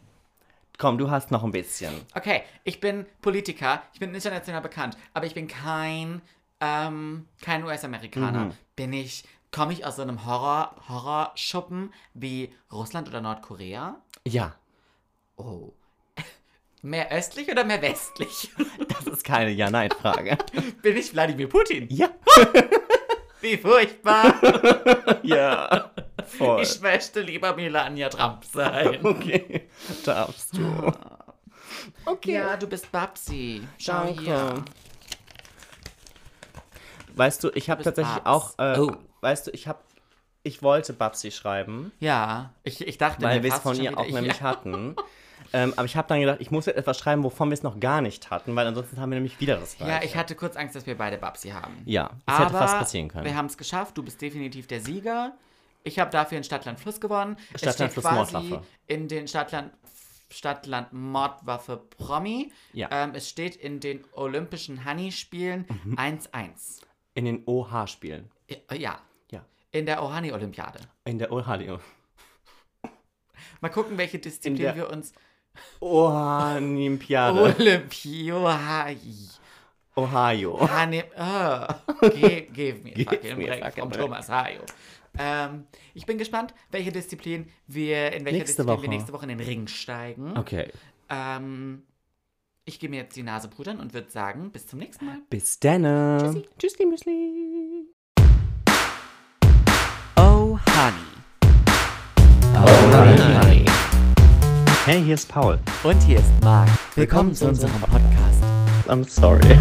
B: Komm, du hast noch ein bisschen.
A: Okay, ich bin Politiker, ich bin international bekannt, aber ich bin kein, ähm, kein US-Amerikaner.
B: Mhm.
A: Bin ich, komme ich aus so einem Horror, Horrorschuppen wie Russland oder Nordkorea?
B: Ja.
A: Oh. Mehr östlich oder mehr westlich?
B: Das ist keine Ja-Nein-Frage.
A: bin ich Wladimir Putin?
B: ja.
A: Wie furchtbar!
B: Ja. Voll.
A: Ich möchte lieber Melania Trump sein.
B: okay. Darfst du. Okay.
A: Ja, du bist Babsi. Schau
B: Danke.
A: hier.
B: Weißt du, ich habe
A: bist
B: tatsächlich
A: Babs.
B: auch. Äh,
A: Oh.
B: Weißt du, ich habe. Ich wollte Babsi schreiben,
A: Ja, ich, ich dachte,
B: weil
A: mir
B: wir es
A: passt
B: von
A: schon
B: ihr
A: wieder-
B: auch
A: Ja.
B: nämlich hatten. Ähm, aber ich habe dann gedacht, ich muss jetzt etwas schreiben, wovon wir es noch gar nicht hatten, weil ansonsten haben wir nämlich wieder das Gleiche.
A: Ja, ich hatte kurz Angst, dass wir beide Babsi haben.
B: Ja, es
A: Aber
B: hätte fast passieren können.
A: wir haben es geschafft. Du bist definitiv der Sieger. Ich habe dafür in Stadtland Fluss gewonnen. Es
B: Stadt,
A: steht
B: Land, Fluss,
A: quasi
B: Mordwaffe.
A: In den Stadtland Stadtland Mordwaffe Promi.
B: Ja.
A: Ähm, es steht in den Olympischen Honey-Spielen
B: Mhm.
A: 1-1.
B: In den OH-Spielen.
A: Äh, Ja,
B: Ja.
A: in der Ohani-Olympiade.
B: In der OH.
A: Mal gucken, welche Disziplin
B: der-
A: wir uns.
B: Ohanimpiade.
A: Olympiohai.
B: Ohio.
A: Honey, oh, give, give me a
B: Give
A: fucking
B: me a
A: break
B: fucking
A: vom
B: break.
A: Thomas Hayo. Ähm, ich bin gespannt, welche Disziplin wir in welcher
B: Nächste
A: Disziplin wir
B: Woche.
A: nächste Woche in den Ring steigen.
B: Okay.
A: Ähm, ich gehe mir jetzt die Nase pudern und würde sagen, bis zum nächsten Mal.
B: Bis dann.
A: Tschüssi.
B: Tschüssi, Müsli.
A: Oh, honey.
C: Hey, here's Paul.
A: Und hier ist Marc. Willkommen zu unserem Podcast.
C: I'm sorry.